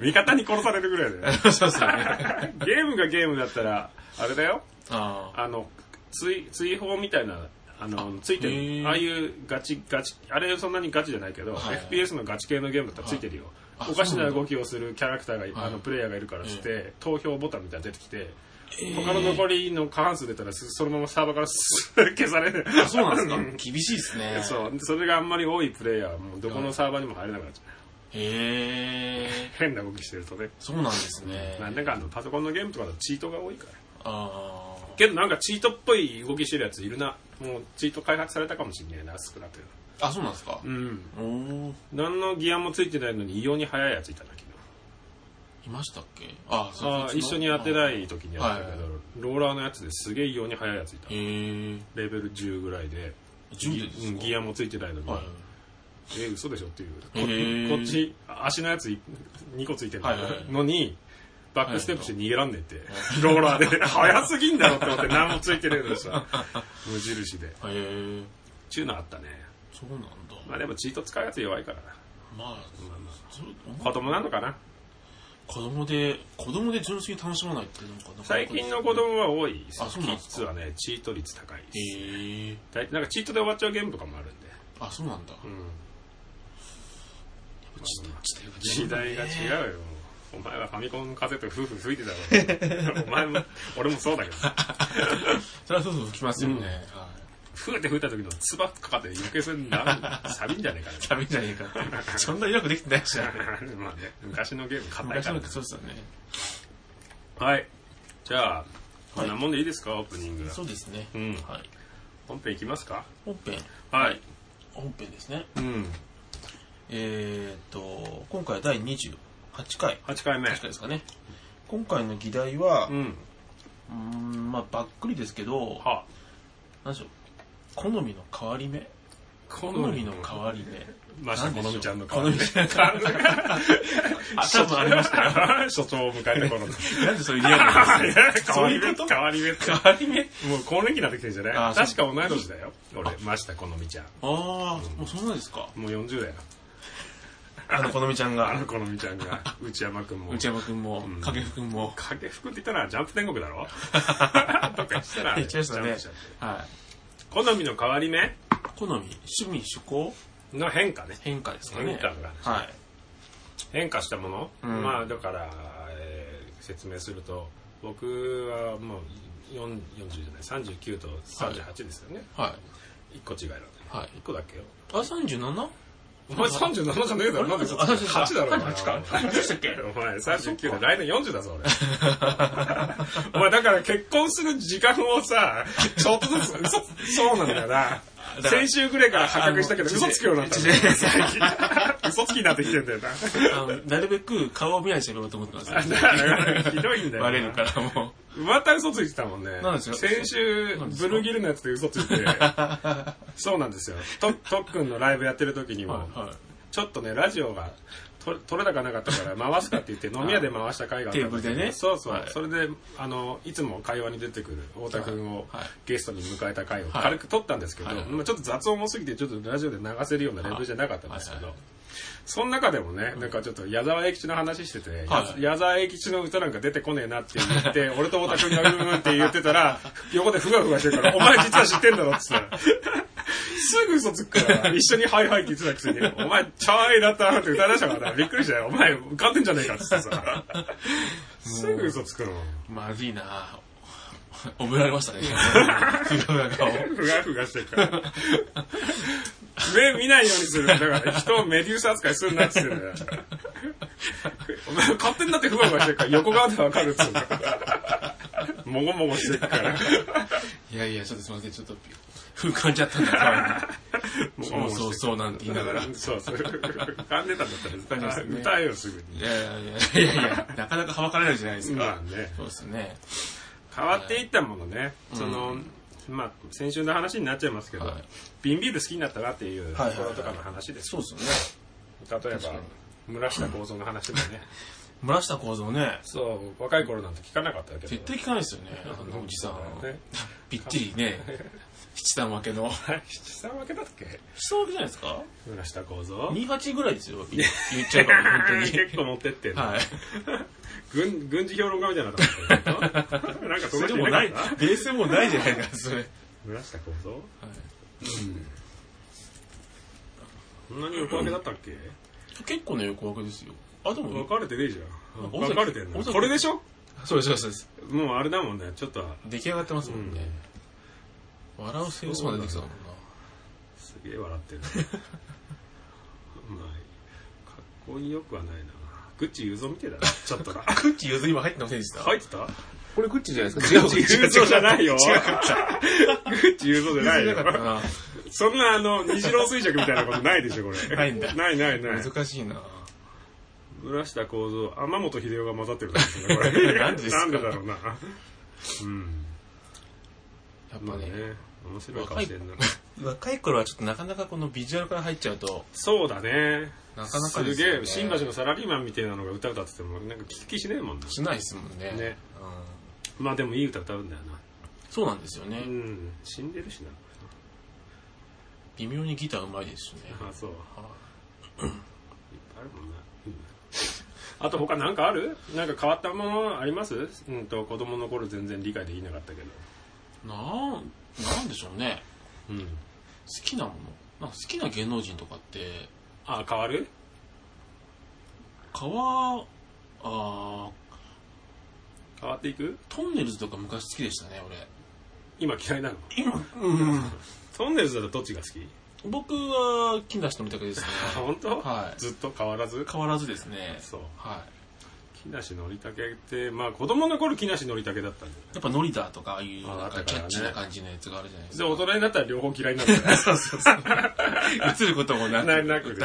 [SPEAKER 2] 味方に殺されるぐらいだ よ。
[SPEAKER 1] そうですよね。
[SPEAKER 2] ゲームがゲームだったら、あれだよ。
[SPEAKER 1] ああ。
[SPEAKER 2] あの、追、追放みたいな、あの、ついて
[SPEAKER 1] へー
[SPEAKER 2] る。ああいうガチ、ガチ、あれそんなにガチじゃないけど、
[SPEAKER 1] はい
[SPEAKER 2] FPS のガチ系のゲームだったらついてるよ。
[SPEAKER 1] はいあ
[SPEAKER 2] おかし
[SPEAKER 1] そうな
[SPEAKER 2] なん
[SPEAKER 1] だ
[SPEAKER 2] 動きをするキャラクターが、
[SPEAKER 1] はい
[SPEAKER 2] あの、プレイヤーがいるからっつって、投票ボタンみたいなの出てきて、
[SPEAKER 1] ー
[SPEAKER 2] 他の残りの過半数出たら、すそのままサーバーからす 消される。
[SPEAKER 1] あそうなんですか厳しいですね。
[SPEAKER 2] そう。それがあんまり多いプレイヤーは、もうどこのサーバーにも入れなくなっちゃう。
[SPEAKER 1] へえ。
[SPEAKER 2] 変な動きしてるとね。
[SPEAKER 1] そうなんですね。
[SPEAKER 2] なんだかあの、パソコンのゲームとかだとチートが多いから。
[SPEAKER 1] あ
[SPEAKER 2] けどなんかチートっぽい動きしてるやついるな。もうチート開発されたかもしんねえな、少なくて。
[SPEAKER 1] あ。あ、そうなんですか。
[SPEAKER 2] うん。
[SPEAKER 1] おお
[SPEAKER 2] 何のギアもついてないのに異様に速いやついたな、
[SPEAKER 1] いましたっけあ、
[SPEAKER 2] 昨日。あ
[SPEAKER 1] そ
[SPEAKER 2] 一緒にやって
[SPEAKER 1] い。
[SPEAKER 2] ない時にやったけど、
[SPEAKER 1] は
[SPEAKER 2] ローラーのやつですげえ異様に速いやついた。レ
[SPEAKER 1] へえ。
[SPEAKER 2] ベル10ぐらいで、
[SPEAKER 1] 10でです
[SPEAKER 2] うん
[SPEAKER 1] か
[SPEAKER 2] ギアもついてないのに、
[SPEAKER 1] はい。
[SPEAKER 2] え、嘘でしょっていう。
[SPEAKER 1] へー
[SPEAKER 2] ここっち、足のやつ2個ついてる
[SPEAKER 1] はいはい
[SPEAKER 2] のに、バックステップして逃げらんねえって、ローラーで、 速すぎんだろって思って何もついてねえのさ、無印で。
[SPEAKER 1] へえ。
[SPEAKER 2] ちゅうのあったね。
[SPEAKER 1] そうなんだ。
[SPEAKER 2] まあでもチート使うやつ弱いからな。
[SPEAKER 1] まあ、それ、
[SPEAKER 2] 子供なのかな
[SPEAKER 1] 子供で、子供で純粋に楽しまないってなんかなかなか
[SPEAKER 2] 最近の子供は多いです
[SPEAKER 1] あそうなんですか
[SPEAKER 2] 実はね、チート率高
[SPEAKER 1] へ
[SPEAKER 2] いです。
[SPEAKER 1] え。
[SPEAKER 2] 大なんかチートで終わっちゃうゲームとかもあるんで。
[SPEAKER 1] あ、そうなんだ。
[SPEAKER 2] うん
[SPEAKER 1] ちちょっと
[SPEAKER 2] 時代が違うよ。お前はファミコンの風と夫婦吹いてたろ。 お前も、俺もそうだけど。
[SPEAKER 1] それはそうそう吹きますよね。はい。
[SPEAKER 2] ふーって吹いた時のツバかかって余計それなる、サビんじゃねえかね。
[SPEAKER 1] ダメじゃねえ か。そんなよくできてない しな。
[SPEAKER 2] まあね、昔のゲーム硬い
[SPEAKER 1] 昔
[SPEAKER 2] から
[SPEAKER 1] の
[SPEAKER 2] ね
[SPEAKER 1] そうですよね。
[SPEAKER 2] はい。じゃあ、こんなもんでいいですか、オープニング。
[SPEAKER 1] そうですね。
[SPEAKER 2] うん。
[SPEAKER 1] はい。
[SPEAKER 2] 本編いきますか
[SPEAKER 1] 本編、
[SPEAKER 2] はい。
[SPEAKER 1] 本編ですね。
[SPEAKER 2] うん。
[SPEAKER 1] えーっと、今回は第28回。
[SPEAKER 2] 8回目。
[SPEAKER 1] 確かですかね。今回の議題は、
[SPEAKER 2] うん。
[SPEAKER 1] うーん、まあばっくりですけど、
[SPEAKER 2] はあ
[SPEAKER 1] なんでしょう。好みの変わり目
[SPEAKER 2] 好
[SPEAKER 1] 好みの変わり目。
[SPEAKER 2] ました、好みちゃんの
[SPEAKER 1] 好
[SPEAKER 2] 顔。
[SPEAKER 1] みちゃんの顔。あ、多分ありま したよ。
[SPEAKER 2] 所長を迎えた頃の。
[SPEAKER 1] なんで そういうリアルなんですか
[SPEAKER 2] 変わり目変わり目
[SPEAKER 1] 変わり目あ
[SPEAKER 2] もう更年期になってきてるんじゃな
[SPEAKER 1] あ
[SPEAKER 2] い
[SPEAKER 1] そう
[SPEAKER 2] 確か同い年だよ。俺、ました、好みちゃん。
[SPEAKER 1] あー、もうそんなですか。
[SPEAKER 2] もう40だよ。
[SPEAKER 1] あの、このみちゃん
[SPEAKER 2] あ
[SPEAKER 1] が
[SPEAKER 2] の、好みちゃ んが、内山くんも。
[SPEAKER 1] 内山くんも
[SPEAKER 2] ん、
[SPEAKER 1] 影福くんも。
[SPEAKER 2] 影服って言ったらジャンプ天国 だろどっか行ってたら。
[SPEAKER 1] 言っちゃいました
[SPEAKER 2] ジャン
[SPEAKER 1] ね
[SPEAKER 2] プしちゃって。
[SPEAKER 1] はい。
[SPEAKER 2] 好みの変わり目
[SPEAKER 1] 好み、趣味、趣向、
[SPEAKER 2] の変化ね。
[SPEAKER 1] 変化ですかね。
[SPEAKER 2] 変化が
[SPEAKER 1] はい。
[SPEAKER 2] 変化したもの、
[SPEAKER 1] うん
[SPEAKER 2] まあだから、えー説明すると、僕はもう4 40じゃない、39と38ですよね。
[SPEAKER 1] はい。
[SPEAKER 2] 一個違いなんだよ。
[SPEAKER 1] はい。
[SPEAKER 2] 一個だっけよ。
[SPEAKER 1] あ、37?
[SPEAKER 2] お前37じゃねえだろ。なんで
[SPEAKER 1] あそうそう
[SPEAKER 2] 8だろ。お前
[SPEAKER 1] 38か38でしたっけ
[SPEAKER 2] お前39で来年40だぞ、俺。お前だから結婚する時間をさ、ちょっとずつ、嘘つそうなんだよな。
[SPEAKER 1] だから
[SPEAKER 2] 先週ぐらいから破格したけど、
[SPEAKER 1] あの
[SPEAKER 2] 嘘つくようになったんだよ
[SPEAKER 1] 違う違う
[SPEAKER 2] 最近嘘つきになってきてん だよな。
[SPEAKER 1] あの、なるべく顔を見ないで喋ろうと思ってます、
[SPEAKER 2] だからひどいんだよ
[SPEAKER 1] バ
[SPEAKER 2] な。
[SPEAKER 1] レるからも
[SPEAKER 2] また嘘ついてたもんね。
[SPEAKER 1] なんですよ
[SPEAKER 2] 先週
[SPEAKER 1] なんで、す
[SPEAKER 2] ブ
[SPEAKER 1] か
[SPEAKER 2] ルーギルのやつで嘘ついて、 そうなんですよ。と、とっくんのライブやってる時に
[SPEAKER 1] う。
[SPEAKER 2] も、
[SPEAKER 1] はい。はい。
[SPEAKER 2] ちょっとね、ラジオがと取れ高なかったから回すかって 言って、飲み屋で回した回があったんだけど。
[SPEAKER 1] テーブルでね
[SPEAKER 2] そうそう。
[SPEAKER 1] はい
[SPEAKER 2] それで、あの、いつも会話に出てくる太田君を
[SPEAKER 1] はいはい
[SPEAKER 2] ゲストに迎えた回を
[SPEAKER 1] はい
[SPEAKER 2] 軽く撮ったんですけど、
[SPEAKER 1] はい
[SPEAKER 2] まあちょっと雑音多すぎて、ちょっとラジオで流せるようなレベルじゃなかったんですけど、その中でもね、なんかちょっと矢沢永吉の話してて、
[SPEAKER 1] はい
[SPEAKER 2] 矢沢永吉の歌なんか出てこねえなって言って、 俺と太田君がうんうんって言ってたら、 横でふわふわしてるから、お前実は知ってんだろって言 ったら、すぐ嘘つくから、一緒にハイハイって言ってたくせに、お前、チャイだったって歌い出したからな、びっくりしたよ。お前、浮かんでんじゃねえかって言っ てさ、すぐ嘘つくの。
[SPEAKER 1] まずい なおぶられました ね。ふがふがを。
[SPEAKER 2] ふがふがしてるから。目見ないようにする。だから人をメデューサ扱いするなって言ってるんだよお前勝手になってふわふわしてるから横側でわかるっつうんだよもごもごしてるから。
[SPEAKER 1] いやいや、ちょっとすみません、ちょっと、ふう感じちゃったんだから。
[SPEAKER 2] もご
[SPEAKER 1] そ
[SPEAKER 2] も
[SPEAKER 1] う
[SPEAKER 2] ごして
[SPEAKER 1] そ
[SPEAKER 2] る
[SPEAKER 1] うそうなんて言いながら。い
[SPEAKER 2] そうそう。噛んでたんだったら
[SPEAKER 1] 噛んでますね
[SPEAKER 2] 歌えよ、すぐに。
[SPEAKER 1] やいやいやいやいや、なかなかはばかられるじゃないです
[SPEAKER 2] ま
[SPEAKER 1] か
[SPEAKER 2] あ。ね。
[SPEAKER 1] そうですね。
[SPEAKER 2] 変わっていったものね、その、まあ、先週の話になっちゃいますけど、
[SPEAKER 1] はい
[SPEAKER 2] 瓶ビビール好きになったなっていうと
[SPEAKER 1] はいはいはい
[SPEAKER 2] ころとかの話です、
[SPEAKER 1] そうですね。
[SPEAKER 2] 例え
[SPEAKER 1] 確か
[SPEAKER 2] ば村下構造の話もね
[SPEAKER 1] 村下幸三ね、
[SPEAKER 2] そう若い頃なんて聞かなかったけど
[SPEAKER 1] 絶対聞かないですよね、あのおじさん。
[SPEAKER 2] ね
[SPEAKER 1] ぴっちりね、七段分けの。
[SPEAKER 2] あれ七三分けだっけ
[SPEAKER 1] 七段分けじゃないですか
[SPEAKER 2] 村下構造
[SPEAKER 1] ?28 ぐらいですよ。言っちゃうから、本当に。
[SPEAKER 2] 結構持ってってんの、
[SPEAKER 1] はい。
[SPEAKER 2] 軍軍事評論家みたいになった なんかそ
[SPEAKER 1] そ
[SPEAKER 2] の
[SPEAKER 1] れで
[SPEAKER 2] 人
[SPEAKER 1] も
[SPEAKER 2] い
[SPEAKER 1] な
[SPEAKER 2] ないかった、
[SPEAKER 1] ベースもないじゃないか、それ。
[SPEAKER 2] 村下構造こんなに横分けだったっけ
[SPEAKER 1] 結構ね、横分けですよ。あ、でも
[SPEAKER 2] 分、かれてねえじゃん
[SPEAKER 1] 尾崎
[SPEAKER 2] 分かれてん
[SPEAKER 1] 尾
[SPEAKER 2] の
[SPEAKER 1] 崎
[SPEAKER 2] これでしょ
[SPEAKER 1] そうです、そうですそうです。
[SPEAKER 2] もうあれだもんねちょっと
[SPEAKER 1] 出来上がってますもんね。笑うセールスマン出てきたもんな。
[SPEAKER 2] すげえ笑 ってるまあかっこいいよくはないなグッチ雄三みてえだなちょっと な
[SPEAKER 1] グッチゆず今入ってませんでした
[SPEAKER 2] 入ってた
[SPEAKER 1] これグッチじゃないです
[SPEAKER 2] グッチ雄三じゃないよ
[SPEAKER 1] 違かった。
[SPEAKER 2] グッチ雄三じゃない
[SPEAKER 1] なかった
[SPEAKER 2] よ
[SPEAKER 1] な。
[SPEAKER 2] そんなあの虹郎衰弱みたいなことないでしょこれ
[SPEAKER 1] ないんだ
[SPEAKER 2] ないないない
[SPEAKER 1] 難しいな。
[SPEAKER 2] 村下幸三天本秀夫が混ざってるからですねこ れ
[SPEAKER 1] なんでですか
[SPEAKER 2] なんでだろうなうん
[SPEAKER 1] やっ
[SPEAKER 2] ま
[SPEAKER 1] ぱ
[SPEAKER 2] あね
[SPEAKER 1] ね。
[SPEAKER 2] 面白い顔してんな
[SPEAKER 1] 若い頃はちょっとなかなかこのビジュアルから入っちゃうと、
[SPEAKER 2] そうだね
[SPEAKER 1] なかなか
[SPEAKER 2] す
[SPEAKER 1] です
[SPEAKER 2] げ
[SPEAKER 1] よ
[SPEAKER 2] え
[SPEAKER 1] ね
[SPEAKER 2] 新橋のサラリーマンみたいなのが歌歌っててもなんか聞く気しねえもんな
[SPEAKER 1] しないですもんね。
[SPEAKER 2] ね
[SPEAKER 1] うん
[SPEAKER 2] まあでもいい歌歌うんだよな
[SPEAKER 1] そうなんですよね
[SPEAKER 2] う。ん死んでるしな
[SPEAKER 1] 微妙にギターうまいですしね。
[SPEAKER 2] あそういっぱいあるもんな、あと他なんかあるなんか変わったものありますうんと、子供の頃全然理解できなかったけど。
[SPEAKER 1] なんなんでしょうね
[SPEAKER 2] うん。
[SPEAKER 1] 好きなものなんか好きな芸能人とかって
[SPEAKER 2] あ、変わる
[SPEAKER 1] 川あー
[SPEAKER 2] 変わっていく
[SPEAKER 1] トンネルズとか昔好きでしたね俺
[SPEAKER 2] 今嫌いなの
[SPEAKER 1] 今うん
[SPEAKER 2] トンネルズだとどっちが好き
[SPEAKER 1] 僕は金出しのみたけですね
[SPEAKER 2] あ、本当
[SPEAKER 1] はい
[SPEAKER 2] ずっと変わらず
[SPEAKER 1] 変わらずですね
[SPEAKER 2] そう。
[SPEAKER 1] は
[SPEAKER 2] 木梨憲武って、まあ子供の頃木梨憲武だったんだよ。
[SPEAKER 1] いやっぱノリだとかああいうな
[SPEAKER 2] あ
[SPEAKER 1] ん
[SPEAKER 2] あっ
[SPEAKER 1] か
[SPEAKER 2] た
[SPEAKER 1] キ
[SPEAKER 2] か
[SPEAKER 1] ャ
[SPEAKER 2] らね
[SPEAKER 1] ッチーな感じのやつがあるじゃないです
[SPEAKER 2] で、
[SPEAKER 1] か
[SPEAKER 2] 大人になったら両方嫌いなんだよね。
[SPEAKER 1] そうそうそう映ることもなく
[SPEAKER 2] ななくでしょ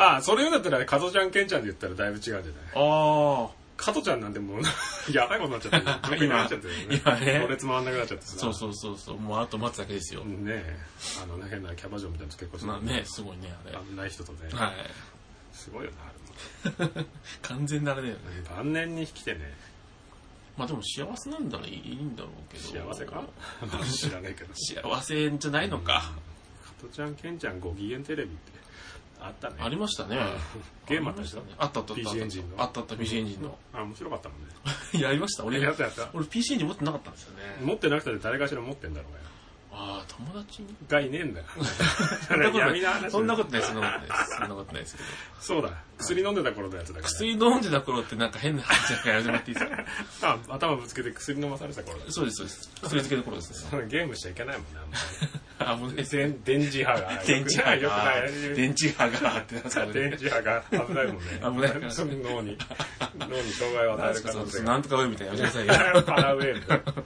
[SPEAKER 2] あ、それ言うんだったら、加トちゃん、ケンちゃんで言ったらだいぶ違うじゃない
[SPEAKER 1] ああ
[SPEAKER 2] 加トちゃんなんてもう、 やばいことになっちゃ ったよ。よくなっちゃったよね。
[SPEAKER 1] 今ね
[SPEAKER 2] これつまんなくなっちゃってさ。
[SPEAKER 1] そうそうそうそうもうあと待つだけですよ、
[SPEAKER 2] ねえ、あのね、変なキャバ嬢みたいなの結構する
[SPEAKER 1] まあねすごいねあれ
[SPEAKER 2] 危ない人とね、
[SPEAKER 1] はい
[SPEAKER 2] すごいよな、あれも
[SPEAKER 1] 完全なあれだよね
[SPEAKER 2] 晩年に来てね、
[SPEAKER 1] まあでも幸せなんだらいいいいんだろうけど
[SPEAKER 2] 幸せかまあ知らないけど。
[SPEAKER 1] 幸せじゃないのか、
[SPEAKER 2] 加トちゃん、ケンちゃん、ご機嫌テレビって、あったね。
[SPEAKER 1] ありましたね
[SPEAKER 2] ゲームあったでしょ
[SPEAKER 1] あったあったあった
[SPEAKER 2] PC エンジンの
[SPEAKER 1] あったあった PC エンジンの
[SPEAKER 2] あ、面白かったもんね。
[SPEAKER 1] やりました俺
[SPEAKER 2] やったやった
[SPEAKER 1] 俺 PC エンジン持ってなかったんですよね
[SPEAKER 2] 持ってなくたって誰かしら持ってんだろうがよ。
[SPEAKER 1] ああ友達に
[SPEAKER 2] がいねえ んだよ。
[SPEAKER 1] そんなことな
[SPEAKER 2] 闇の
[SPEAKER 1] い
[SPEAKER 2] 話
[SPEAKER 1] そんなことないそんなことないそんなことないですけど
[SPEAKER 2] そうだ。薬飲んでた頃のやつだから。
[SPEAKER 1] 薬飲んでた頃ってなんか変な話だからやめてもらっていいですか
[SPEAKER 2] あ、頭ぶつけて薬飲まされた頃だ。
[SPEAKER 1] そうですそうです薬漬けの頃ですね
[SPEAKER 2] ゲームしちゃいけないもんな。も
[SPEAKER 1] あもう
[SPEAKER 2] う
[SPEAKER 1] ね
[SPEAKER 2] 電電磁波が。
[SPEAKER 1] 電磁波
[SPEAKER 2] よくな
[SPEAKER 1] が
[SPEAKER 2] い。
[SPEAKER 1] 電磁波がってなった
[SPEAKER 2] 電磁波が危ないもんね。
[SPEAKER 1] 危ないから
[SPEAKER 2] その 脳に、脳に障害を与える可能性が。
[SPEAKER 1] なんとか上みたいなやめて くださいよ
[SPEAKER 2] パラウェーブ。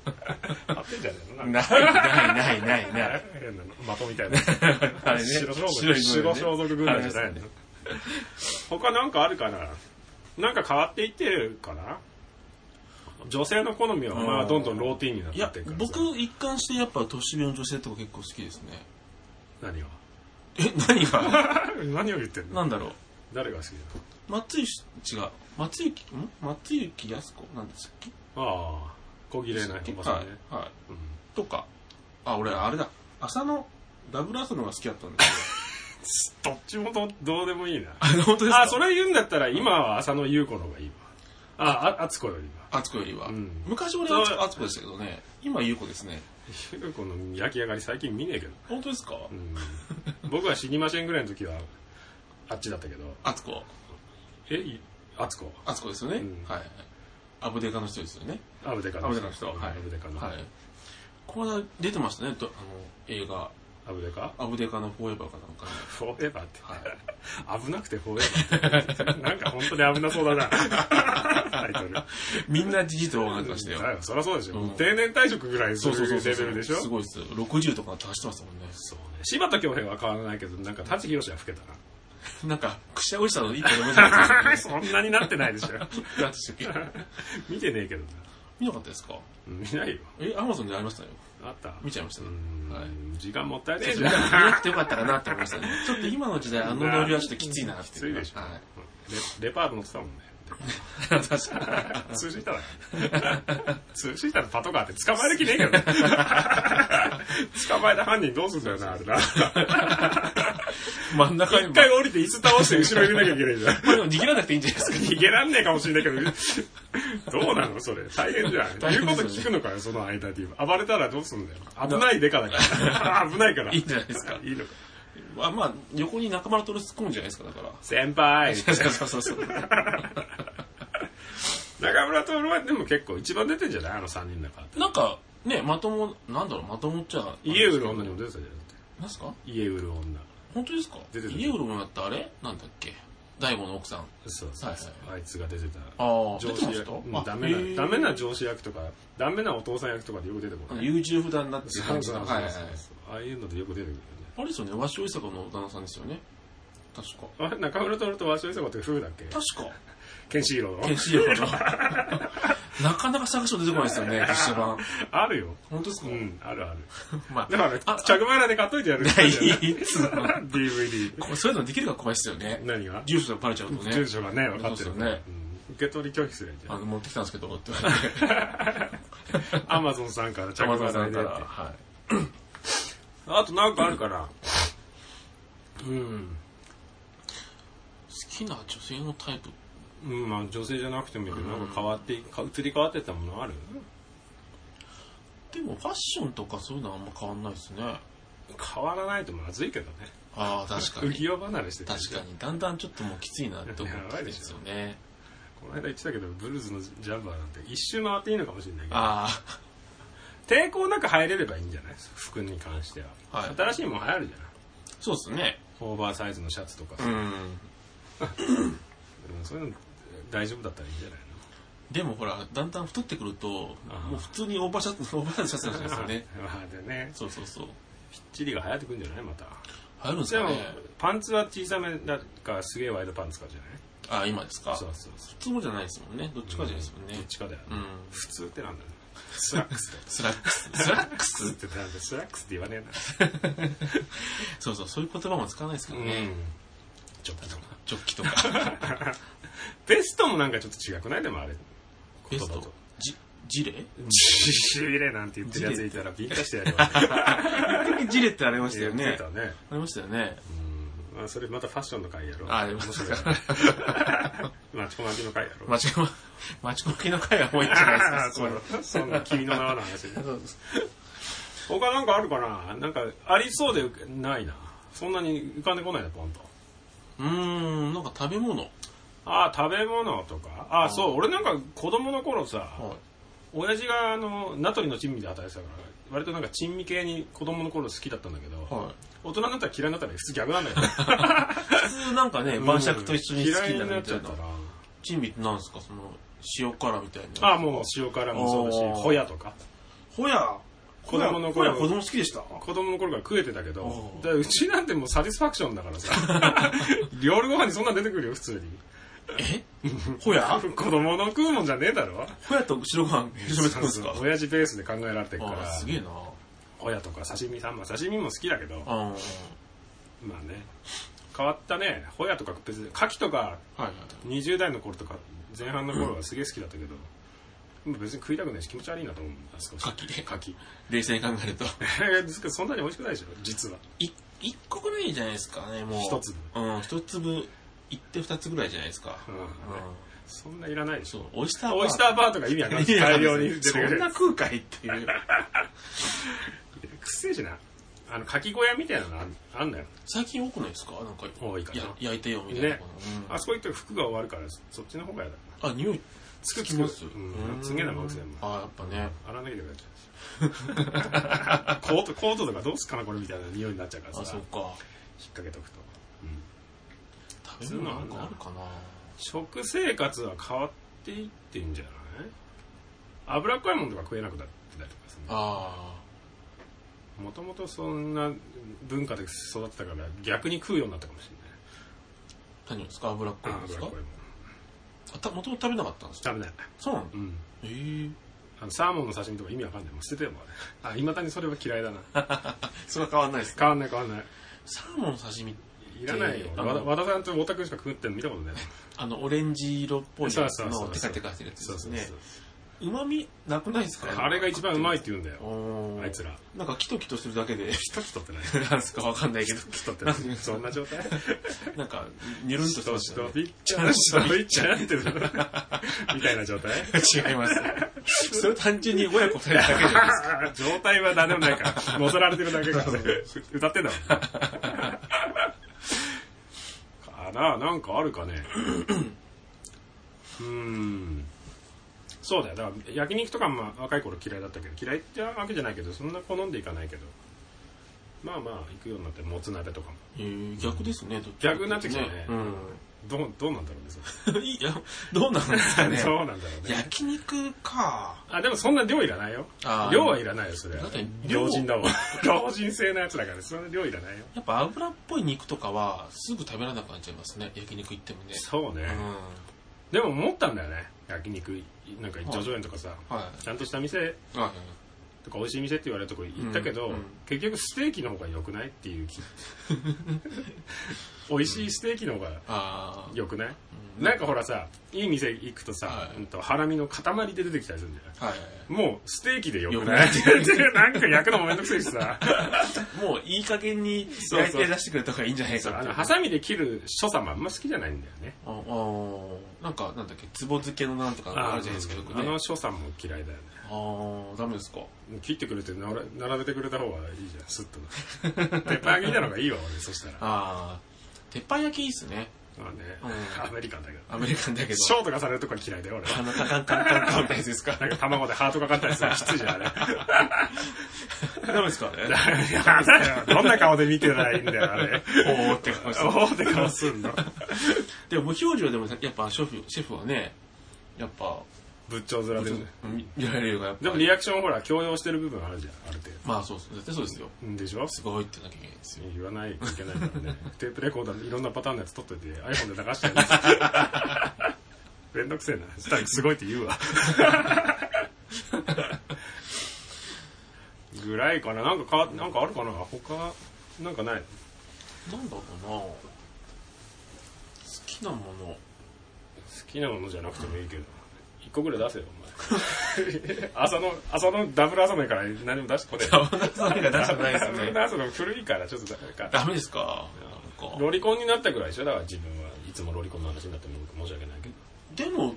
[SPEAKER 2] 合ってんじゃねえの。
[SPEAKER 1] ないいないないないない
[SPEAKER 2] 変なの。的みたいな。
[SPEAKER 1] あれね
[SPEAKER 2] 白装
[SPEAKER 1] 白い部
[SPEAKER 2] 束、白
[SPEAKER 1] 分ね
[SPEAKER 2] 装束軍団じゃないの。他なんかあるかななんか変わっていってるかな女性の好みは、まあ、どんどんローティンになっ
[SPEAKER 1] い
[SPEAKER 2] てっ
[SPEAKER 1] や
[SPEAKER 2] てるからさ
[SPEAKER 1] 僕一貫してやっぱ年上の女性とか結構好きですね
[SPEAKER 2] 何を
[SPEAKER 1] え何が
[SPEAKER 2] 何を 言ってんの
[SPEAKER 1] なんだろう
[SPEAKER 2] 誰が好き
[SPEAKER 1] 松雪違う松雪ん松雪靖子なんですっけ
[SPEAKER 2] なのああ、小切れなおばさんね。
[SPEAKER 1] はい、はい、
[SPEAKER 2] うん
[SPEAKER 1] とかあ俺あれだ浅野ダブル浅野が好きだったんですよ
[SPEAKER 2] どっちもどどうでもいいな。
[SPEAKER 1] あ 本当
[SPEAKER 2] あ、それ言うんだったら、今は浅野ゆう子の方がいいわ。あ、あ、あつこよりは。
[SPEAKER 1] 敦子よりは、
[SPEAKER 2] うん
[SPEAKER 1] 昔俺
[SPEAKER 2] そう
[SPEAKER 1] は敦子でしたけどね今優子ですね
[SPEAKER 2] ゆう子の焼き上がり最近見ねえけど。
[SPEAKER 1] 本当ですか
[SPEAKER 2] うん、僕は死にませんぐらいの時は、あっちだったけど。
[SPEAKER 1] 敦子
[SPEAKER 2] え、いあつこ。
[SPEAKER 1] 敦子ですよね、
[SPEAKER 2] うん
[SPEAKER 1] はいアブデカの人ですよね
[SPEAKER 2] アブデカの
[SPEAKER 1] アブデカの人
[SPEAKER 2] うん
[SPEAKER 1] はい
[SPEAKER 2] アブデカの。
[SPEAKER 1] はいこの間出てましたねとあの映画
[SPEAKER 2] アブデカ
[SPEAKER 1] アブデカのフォーエバーかなんかに
[SPEAKER 2] フォーエバーって。
[SPEAKER 1] はい
[SPEAKER 2] 危なくてフォーエバーって。なんか本当に危なそうだな。タイトル。
[SPEAKER 1] みんなじじとわかってましたよ
[SPEAKER 2] だよそりゃそうでしょ。
[SPEAKER 1] うん
[SPEAKER 2] 定年退職ぐらいす
[SPEAKER 1] そうそうそう
[SPEAKER 2] る
[SPEAKER 1] そう
[SPEAKER 2] レベルでしょ。
[SPEAKER 1] すごいです60とか足してましたもんね
[SPEAKER 2] そうね。柴田恭平は変わらないけど、なんか舘ひろしは老けた
[SPEAKER 1] なんかくしゃおじさんの一歩で もじゃない
[SPEAKER 2] な。
[SPEAKER 1] です
[SPEAKER 2] そんなになってないでしょ。
[SPEAKER 1] かなんでしたっけ
[SPEAKER 2] 見てねえけどな。
[SPEAKER 1] 見なかったですか
[SPEAKER 2] うん見ないよ。
[SPEAKER 1] えアマゾンでありましたよ
[SPEAKER 2] あった
[SPEAKER 1] 見ちゃいました
[SPEAKER 2] う
[SPEAKER 1] ね
[SPEAKER 2] ん
[SPEAKER 1] はい
[SPEAKER 2] 時間もったいねえ
[SPEAKER 1] 見
[SPEAKER 2] じゃん。
[SPEAKER 1] なくてよかったかなって思いましたねちょっと今の時代あのノリはちょっときついなって
[SPEAKER 2] きついでしょ。
[SPEAKER 1] は
[SPEAKER 2] レレパート乗ってたもんね。
[SPEAKER 1] い確かに
[SPEAKER 2] 通じたら、通じたら パトカーって捕まえる気ねえけど ね。捕まえた犯人どうすんだよな、あれな。
[SPEAKER 1] 真ん中に
[SPEAKER 2] 一回降りて椅子倒して後ろ入れなきゃいけないじゃん。
[SPEAKER 1] これでも逃げらなくていいんじゃないですか
[SPEAKER 2] 逃げらんねえかもしれないけど、どうなのそれ。大変じゃん。
[SPEAKER 1] 大
[SPEAKER 2] 言う
[SPEAKER 1] 変で
[SPEAKER 2] こ
[SPEAKER 1] す
[SPEAKER 2] と
[SPEAKER 1] よね
[SPEAKER 2] 聞くのかよ、その間に。暴れたらどうすんだよ。危ないデカ だから。危ないから。
[SPEAKER 1] いいんじゃないですか
[SPEAKER 2] いいのか。
[SPEAKER 1] あまあ横に仲間のトル突っ込むんじゃないですかだから
[SPEAKER 2] 先 輩
[SPEAKER 1] そうそうそうそう
[SPEAKER 2] 中村徹はでも結構一番出てんじゃないあの3人の中で。
[SPEAKER 1] なんかねまともなんだろうまともっちゃ
[SPEAKER 2] 家売る女にも出てたじゃん。だって
[SPEAKER 1] なんすか
[SPEAKER 2] 家売る女。
[SPEAKER 1] 本当ですか
[SPEAKER 2] 出てる
[SPEAKER 1] 家売るものだったあれなんだっけ大悟の奥さん
[SPEAKER 2] そうそうそう。あいつが出てた。
[SPEAKER 1] ああ出
[SPEAKER 2] 上
[SPEAKER 1] て
[SPEAKER 2] 司
[SPEAKER 1] まし
[SPEAKER 2] 役
[SPEAKER 1] た
[SPEAKER 2] うん
[SPEAKER 1] あ
[SPEAKER 2] ダメ
[SPEAKER 1] へえ
[SPEAKER 2] な、ダメな上司役とか、ダメなお父さん役とかでよく出てこ
[SPEAKER 1] あの
[SPEAKER 2] ない。
[SPEAKER 1] 優柔不断になってる
[SPEAKER 2] そう
[SPEAKER 1] 感
[SPEAKER 2] そ
[SPEAKER 1] じ
[SPEAKER 2] う
[SPEAKER 1] が
[SPEAKER 2] そう
[SPEAKER 1] はいはい
[SPEAKER 2] そう
[SPEAKER 1] はい
[SPEAKER 2] ああいうのでよく出てくるよね。
[SPEAKER 1] あれですよね鷲尾久子の旦那さんですよね確か
[SPEAKER 2] あれ中村徹と鷲尾磯子って夫婦だっけ
[SPEAKER 1] 確か
[SPEAKER 2] ケンシーローの
[SPEAKER 1] ケンシーローの なかなか探し出てこないですよ ね実写版
[SPEAKER 2] あるよ。
[SPEAKER 1] 本当ですか、
[SPEAKER 2] うん、あるある。
[SPEAKER 1] まあ
[SPEAKER 2] だからね
[SPEAKER 1] あ、
[SPEAKER 2] 着払いで買っといてやる。
[SPEAKER 1] いいっつうの
[SPEAKER 2] DVD。
[SPEAKER 1] こそういうのできるから怖いですよね
[SPEAKER 2] 何が
[SPEAKER 1] 住所がバレちゃうとね
[SPEAKER 2] 住所がね、分かって
[SPEAKER 1] そうです
[SPEAKER 2] る
[SPEAKER 1] よね。
[SPEAKER 2] うん受け取り拒否するんじゃ
[SPEAKER 1] あ
[SPEAKER 2] ん
[SPEAKER 1] の。持ってきたんですけどって言われて
[SPEAKER 2] アマゾンさんから着
[SPEAKER 1] 山田さ
[SPEAKER 2] 払い
[SPEAKER 1] んか
[SPEAKER 2] でっ
[SPEAKER 1] ら
[SPEAKER 2] て。
[SPEAKER 1] はい
[SPEAKER 2] あとなんかあるかなうん。
[SPEAKER 1] 好きな女性のタイプ
[SPEAKER 2] うん、まあ女性じゃなくてもいいけど、なんか変わってい、か移り変わってったものある
[SPEAKER 1] でもファッションとかそういうのはあんま変わんないですね。
[SPEAKER 2] 変わらないとまずいけどね。
[SPEAKER 1] ああ、確か
[SPEAKER 2] 浮
[SPEAKER 1] に。
[SPEAKER 2] 世離れして
[SPEAKER 1] 確かに。だんだんちょっともうきついなって思ってきてるんですよね。
[SPEAKER 2] この間言ってたけど、ブルーズのジャンバーなんて一周回っていいのかもしれないけど、
[SPEAKER 1] あ
[SPEAKER 2] 抵抗なく入れればいいんじゃない服に関しては。
[SPEAKER 1] はい
[SPEAKER 2] 新しいもん流行るじゃない
[SPEAKER 1] あ、そうですね。
[SPEAKER 2] オーバーサイズのシャツとかさ、
[SPEAKER 1] うん。
[SPEAKER 2] うんそういうの大丈夫だったらいいんじゃないの
[SPEAKER 1] でもほら、だんだん太ってくると、も
[SPEAKER 2] あー
[SPEAKER 1] う普通にオーバーシャツ、オーバーシャツになっちゃうんですよね。
[SPEAKER 2] まあでね、
[SPEAKER 1] そうそうそう。
[SPEAKER 2] ぴっちりが流行ってくんじゃないまた。
[SPEAKER 1] 入るんです
[SPEAKER 2] で
[SPEAKER 1] か
[SPEAKER 2] も
[SPEAKER 1] ね。、
[SPEAKER 2] パンツは小さめだからすげえワイドパンツかじゃない
[SPEAKER 1] ああ、今ですか。
[SPEAKER 2] そうそうそう。
[SPEAKER 1] 普通のじゃないですもんね。どっちかじゃないですもんね
[SPEAKER 2] どっ。ちかだよね。
[SPEAKER 1] うん。
[SPEAKER 2] 普通ってなんだろうスラックスだよ。
[SPEAKER 1] スラック ス。スラック
[SPEAKER 2] 普
[SPEAKER 1] ス
[SPEAKER 2] 通ってなんだスラックスって言わね
[SPEAKER 1] そうそう、そういう言葉も使わないですか
[SPEAKER 2] え
[SPEAKER 1] ら
[SPEAKER 2] な。
[SPEAKER 1] ね。
[SPEAKER 2] ん。ちょっと。
[SPEAKER 1] ジョッキ とか。
[SPEAKER 2] ベストもなんかちょっと違くないでもあれ。
[SPEAKER 1] ベ
[SPEAKER 2] 言
[SPEAKER 1] ス
[SPEAKER 2] 葉
[SPEAKER 1] ト
[SPEAKER 2] と。。
[SPEAKER 1] じ、ジレ
[SPEAKER 2] ジレなんて言ってるやついたらビンタしてやるわ。
[SPEAKER 1] ジレってありました
[SPEAKER 2] 言
[SPEAKER 1] よ
[SPEAKER 2] って
[SPEAKER 1] ね。
[SPEAKER 2] た
[SPEAKER 1] あ
[SPEAKER 2] ね。
[SPEAKER 1] りましたよね。
[SPEAKER 2] うんまあそれまたファッションの回やろう。
[SPEAKER 1] あでも
[SPEAKER 2] 面白いね。マチコマキの回やろ う。
[SPEAKER 1] 待ちこま、 待ちこまきの回はもういいんじゃない
[SPEAKER 2] あ
[SPEAKER 1] で
[SPEAKER 2] ー
[SPEAKER 1] すか。
[SPEAKER 2] そうだそんな君の名はの話ね。
[SPEAKER 1] そうです
[SPEAKER 2] 他なんかあるかななんかありそうでないな。そんなに浮かんでこないな、ポンと。
[SPEAKER 1] うーん、なんか食べ物。
[SPEAKER 2] ああ、食べ物とか。ああ、そう、俺なんか子供の頃さ、親父があの、ナトリの珍味で働いてたから、割となんか珍味系に子供の頃好きだったんだけど、
[SPEAKER 1] は
[SPEAKER 2] 大人になったら嫌いになったら普通逆なんだよ。
[SPEAKER 1] い。普通なんかね、 晩酌と一緒に好き
[SPEAKER 2] 嫌い
[SPEAKER 1] になる
[SPEAKER 2] にな
[SPEAKER 1] み
[SPEAKER 2] っち
[SPEAKER 1] た
[SPEAKER 2] ゃっ
[SPEAKER 1] い
[SPEAKER 2] た
[SPEAKER 1] な
[SPEAKER 2] ら。。
[SPEAKER 1] 珍味ってなんですかその、塩辛みたいな。
[SPEAKER 2] ああ、もう塩辛もそうだ
[SPEAKER 1] あー
[SPEAKER 2] し、ホヤとか。
[SPEAKER 1] ほや。
[SPEAKER 2] 子供の頃
[SPEAKER 1] ほや、子供好きでした。
[SPEAKER 2] 子供の頃から食えてたけど
[SPEAKER 1] お、う
[SPEAKER 2] だからうちなんてもうサティスファクションだか らさ、料理ご飯にそんなん出てくるよ、普通に。
[SPEAKER 1] えほや
[SPEAKER 2] 子供の食うもんじゃねえだろ
[SPEAKER 1] ほやと白ご 飯、広めたんですか
[SPEAKER 2] 親父ベースで考えられてるか
[SPEAKER 1] あ
[SPEAKER 2] ら
[SPEAKER 1] ーすげえな。
[SPEAKER 2] 親とか刺身さんまあ刺身も好きだけど
[SPEAKER 1] あ
[SPEAKER 2] まあね変わったねホヤとか別に牡蠣とか
[SPEAKER 1] あ。はいはい。
[SPEAKER 2] 20代の頃とか前半の頃はすげえ好きだったけど、今別に食いたくないし気持ち悪いなと思う少し
[SPEAKER 1] 牡蠣
[SPEAKER 2] 牡蠣
[SPEAKER 1] 冷静に考えると。
[SPEAKER 2] ですけどそんなに美味しくないでしょ実はい
[SPEAKER 1] 一個ぐらいじゃないですかね、もう。
[SPEAKER 2] 一粒。
[SPEAKER 1] うん、一粒、一手二つぐらいじゃないですか。
[SPEAKER 2] うん
[SPEAKER 1] うん
[SPEAKER 2] そんないらないでし
[SPEAKER 1] そ
[SPEAKER 2] ょ
[SPEAKER 1] う、オイスター
[SPEAKER 2] オイスターバーとか意味わかんな
[SPEAKER 1] い
[SPEAKER 2] い
[SPEAKER 1] や
[SPEAKER 2] 大量に出てく
[SPEAKER 1] そん
[SPEAKER 2] る
[SPEAKER 1] な空海っていう。
[SPEAKER 2] くっせえしなあの牡蠣小屋みたいなのあんあんのよ
[SPEAKER 1] 最近多くないですかなんか、
[SPEAKER 2] 多いかな
[SPEAKER 1] や焼いてよみたいな。
[SPEAKER 2] ね
[SPEAKER 1] うん
[SPEAKER 2] あそこ行って服が終わるからそそっちの方がやだな
[SPEAKER 1] あ、匂い
[SPEAKER 2] つく
[SPEAKER 1] つき
[SPEAKER 2] つく
[SPEAKER 1] ます
[SPEAKER 2] うんすげえな学生も
[SPEAKER 1] あ、やっぱね。
[SPEAKER 2] 洗わなきゃいけなく なっちゃうコートコートとかどうすっかなこれみたいな匂いになっちゃうからさ
[SPEAKER 1] あ、そっ
[SPEAKER 2] 引っ
[SPEAKER 1] か。
[SPEAKER 2] 掛けとくと、
[SPEAKER 1] 食べ物なんかあるかな
[SPEAKER 2] 食生活は変わっていってんじゃない脂っこいものとか食えなくなってたりとかする
[SPEAKER 1] あ
[SPEAKER 2] もともとそんな文化で育ってたから逆に食うようになったかもし
[SPEAKER 1] ー。何ですか脂っこ
[SPEAKER 2] れ
[SPEAKER 1] い
[SPEAKER 2] ない
[SPEAKER 1] んです
[SPEAKER 2] 脂
[SPEAKER 1] か
[SPEAKER 2] っこいもの
[SPEAKER 1] あた、もともと食べなかったんですか
[SPEAKER 2] 食べない
[SPEAKER 1] そうなんだ。
[SPEAKER 2] うん
[SPEAKER 1] えー。
[SPEAKER 2] あのサーモンの刺身とか意味わかんないもう捨ててよもうあれあいまだにそれは嫌いだな
[SPEAKER 1] それは変わんないです。
[SPEAKER 2] 変わんない変わんない
[SPEAKER 1] サーモン刺身、
[SPEAKER 2] いらないよ
[SPEAKER 1] えーあの
[SPEAKER 2] 和田和田さんと太田君しか食ってんの見たことない
[SPEAKER 1] あの、オレンジ色っぽい
[SPEAKER 2] そ
[SPEAKER 1] や
[SPEAKER 2] う
[SPEAKER 1] つ
[SPEAKER 2] そうそうそ
[SPEAKER 1] の
[SPEAKER 2] う
[SPEAKER 1] テカテカしてるやつですね
[SPEAKER 2] そうそう。
[SPEAKER 1] うまみなくないですか
[SPEAKER 2] あれが一番うまいって言うんだよ
[SPEAKER 1] おー
[SPEAKER 2] あいつら。
[SPEAKER 1] なんかキトキトするだけで、
[SPEAKER 2] キトキトってない
[SPEAKER 1] なんすかわかんないけど、
[SPEAKER 2] キトってないそんな状態
[SPEAKER 1] なんか、ニュルンと
[SPEAKER 2] シ
[SPEAKER 1] して
[SPEAKER 2] ト
[SPEAKER 1] ま
[SPEAKER 2] シ
[SPEAKER 1] したね。
[SPEAKER 2] トビッチャンシトビッチャンってみたいな状態
[SPEAKER 1] 違います。 それ単純に親子二人だけじゃないですか。
[SPEAKER 2] 状態は何でもないから乗せられてるだけからね歌ってんだもんかななんかあるかねうーんそうだよだから焼肉とかも若い頃嫌いだったけど嫌いってわけじゃないけどそんな好んでいかないけどまあまあ行くようになってもつ鍋とかも
[SPEAKER 1] えー逆ですね、どっちか
[SPEAKER 2] 逆になってきたね
[SPEAKER 1] うん。
[SPEAKER 2] どうどうなんだろうねそ れ
[SPEAKER 1] いや、どうなんです かね
[SPEAKER 2] そ。うなんだろうね。
[SPEAKER 1] 焼肉か。
[SPEAKER 2] あ、でもそんな量いらないよ
[SPEAKER 1] あ。ー
[SPEAKER 2] 量はいらないよ、それは
[SPEAKER 1] だって。量
[SPEAKER 2] 老人だもん。 老人性のやつだから、そんな量いらないよ。
[SPEAKER 1] やっぱ油っぽい肉とかは、すぐ食べられなくなっちゃいますね。焼肉行ってもね。
[SPEAKER 2] そうね
[SPEAKER 1] う。ん。
[SPEAKER 2] でも思ったんだよね。焼肉、なんか叙々苑とかさ、
[SPEAKER 1] は
[SPEAKER 2] ちゃんとした店
[SPEAKER 1] い。はい。
[SPEAKER 2] とか美味しい店って言われるとこ行ったけど、
[SPEAKER 1] うんうん
[SPEAKER 2] 結局ステーキの方が良くないって いう気美味しいステーキの方が
[SPEAKER 1] あ
[SPEAKER 2] 良くない、
[SPEAKER 1] うん
[SPEAKER 2] なんかほらさいい店行くとさ、
[SPEAKER 1] はい
[SPEAKER 2] うんとハラミの塊で出てきたりするんだよ
[SPEAKER 1] あ。はい。
[SPEAKER 2] もうステーキでよくない なんか焼くのもめんどくさいしさ
[SPEAKER 1] もういい加減に
[SPEAKER 2] そう
[SPEAKER 1] 焼い
[SPEAKER 2] そう
[SPEAKER 1] て出してくれた方がいいんじゃないか
[SPEAKER 2] そう
[SPEAKER 1] っ
[SPEAKER 2] あ
[SPEAKER 1] ていう
[SPEAKER 2] のハサミで切る所作もあんま好きじゃないんだよね
[SPEAKER 1] ああなんか、なんだっけ、つぼ漬けのなんとかあるじゃないですか、よく
[SPEAKER 2] あ
[SPEAKER 1] ね
[SPEAKER 2] の。所作も嫌いだよね
[SPEAKER 1] ああ、ダメですか。
[SPEAKER 2] 切ってくれてなら並べてくれた方がいいじゃんスッと鉄板焼きなのがいいわ俺そしたら
[SPEAKER 1] ああ、鉄板焼きいいっすね。
[SPEAKER 2] まあね、
[SPEAKER 1] うん
[SPEAKER 2] アメリカンだけど。
[SPEAKER 1] アメリカンだけど。
[SPEAKER 2] ショートがされるとこは嫌いだよ、俺。
[SPEAKER 1] あの、カカンカンカンカンってやつですか。
[SPEAKER 2] なんか卵でハートかかったりするのきついじゃん、あれ。
[SPEAKER 1] ダメですかね。
[SPEAKER 2] やだよどんな顔で見てないんだよ、あれ。
[SPEAKER 1] おおって顔して。
[SPEAKER 2] おおって顔すんの。
[SPEAKER 1] でも無表情でもやっぱシェフシェフはねやっぱ
[SPEAKER 2] 仏頂面でね。
[SPEAKER 1] 見見られるよがやっぱ
[SPEAKER 2] でもリアクションほら、強要してる部分あるじゃん、ある程
[SPEAKER 1] まあそうそう絶対そうですよ
[SPEAKER 2] 度。んでしょ
[SPEAKER 1] すごいってなきゃいけないですよ
[SPEAKER 2] 言わないといけないから ね。テープレコーダーでいろんなパターンのやつ撮ってて、iPhone で流してるんですよめんどくせえな。したらすごいって言うわ。 ぐらいかな。なんかか、なんかあるかな他、なんかない。
[SPEAKER 1] なんだろうな好きなもの
[SPEAKER 2] 好きなものじゃなくてもいいけど。一個ぐらい出せよ、お前。朝の、朝のダブル朝のから何も出してこねえよ。
[SPEAKER 1] なんか出したくないですね
[SPEAKER 2] ダブル朝の古いから、ちょっとなんか。
[SPEAKER 1] ダメですかなんか
[SPEAKER 2] ロリコンになったぐらいでしょだから自分はいつもロリコンの話になっても僕申し訳ないけ
[SPEAKER 1] で
[SPEAKER 2] ど。
[SPEAKER 1] も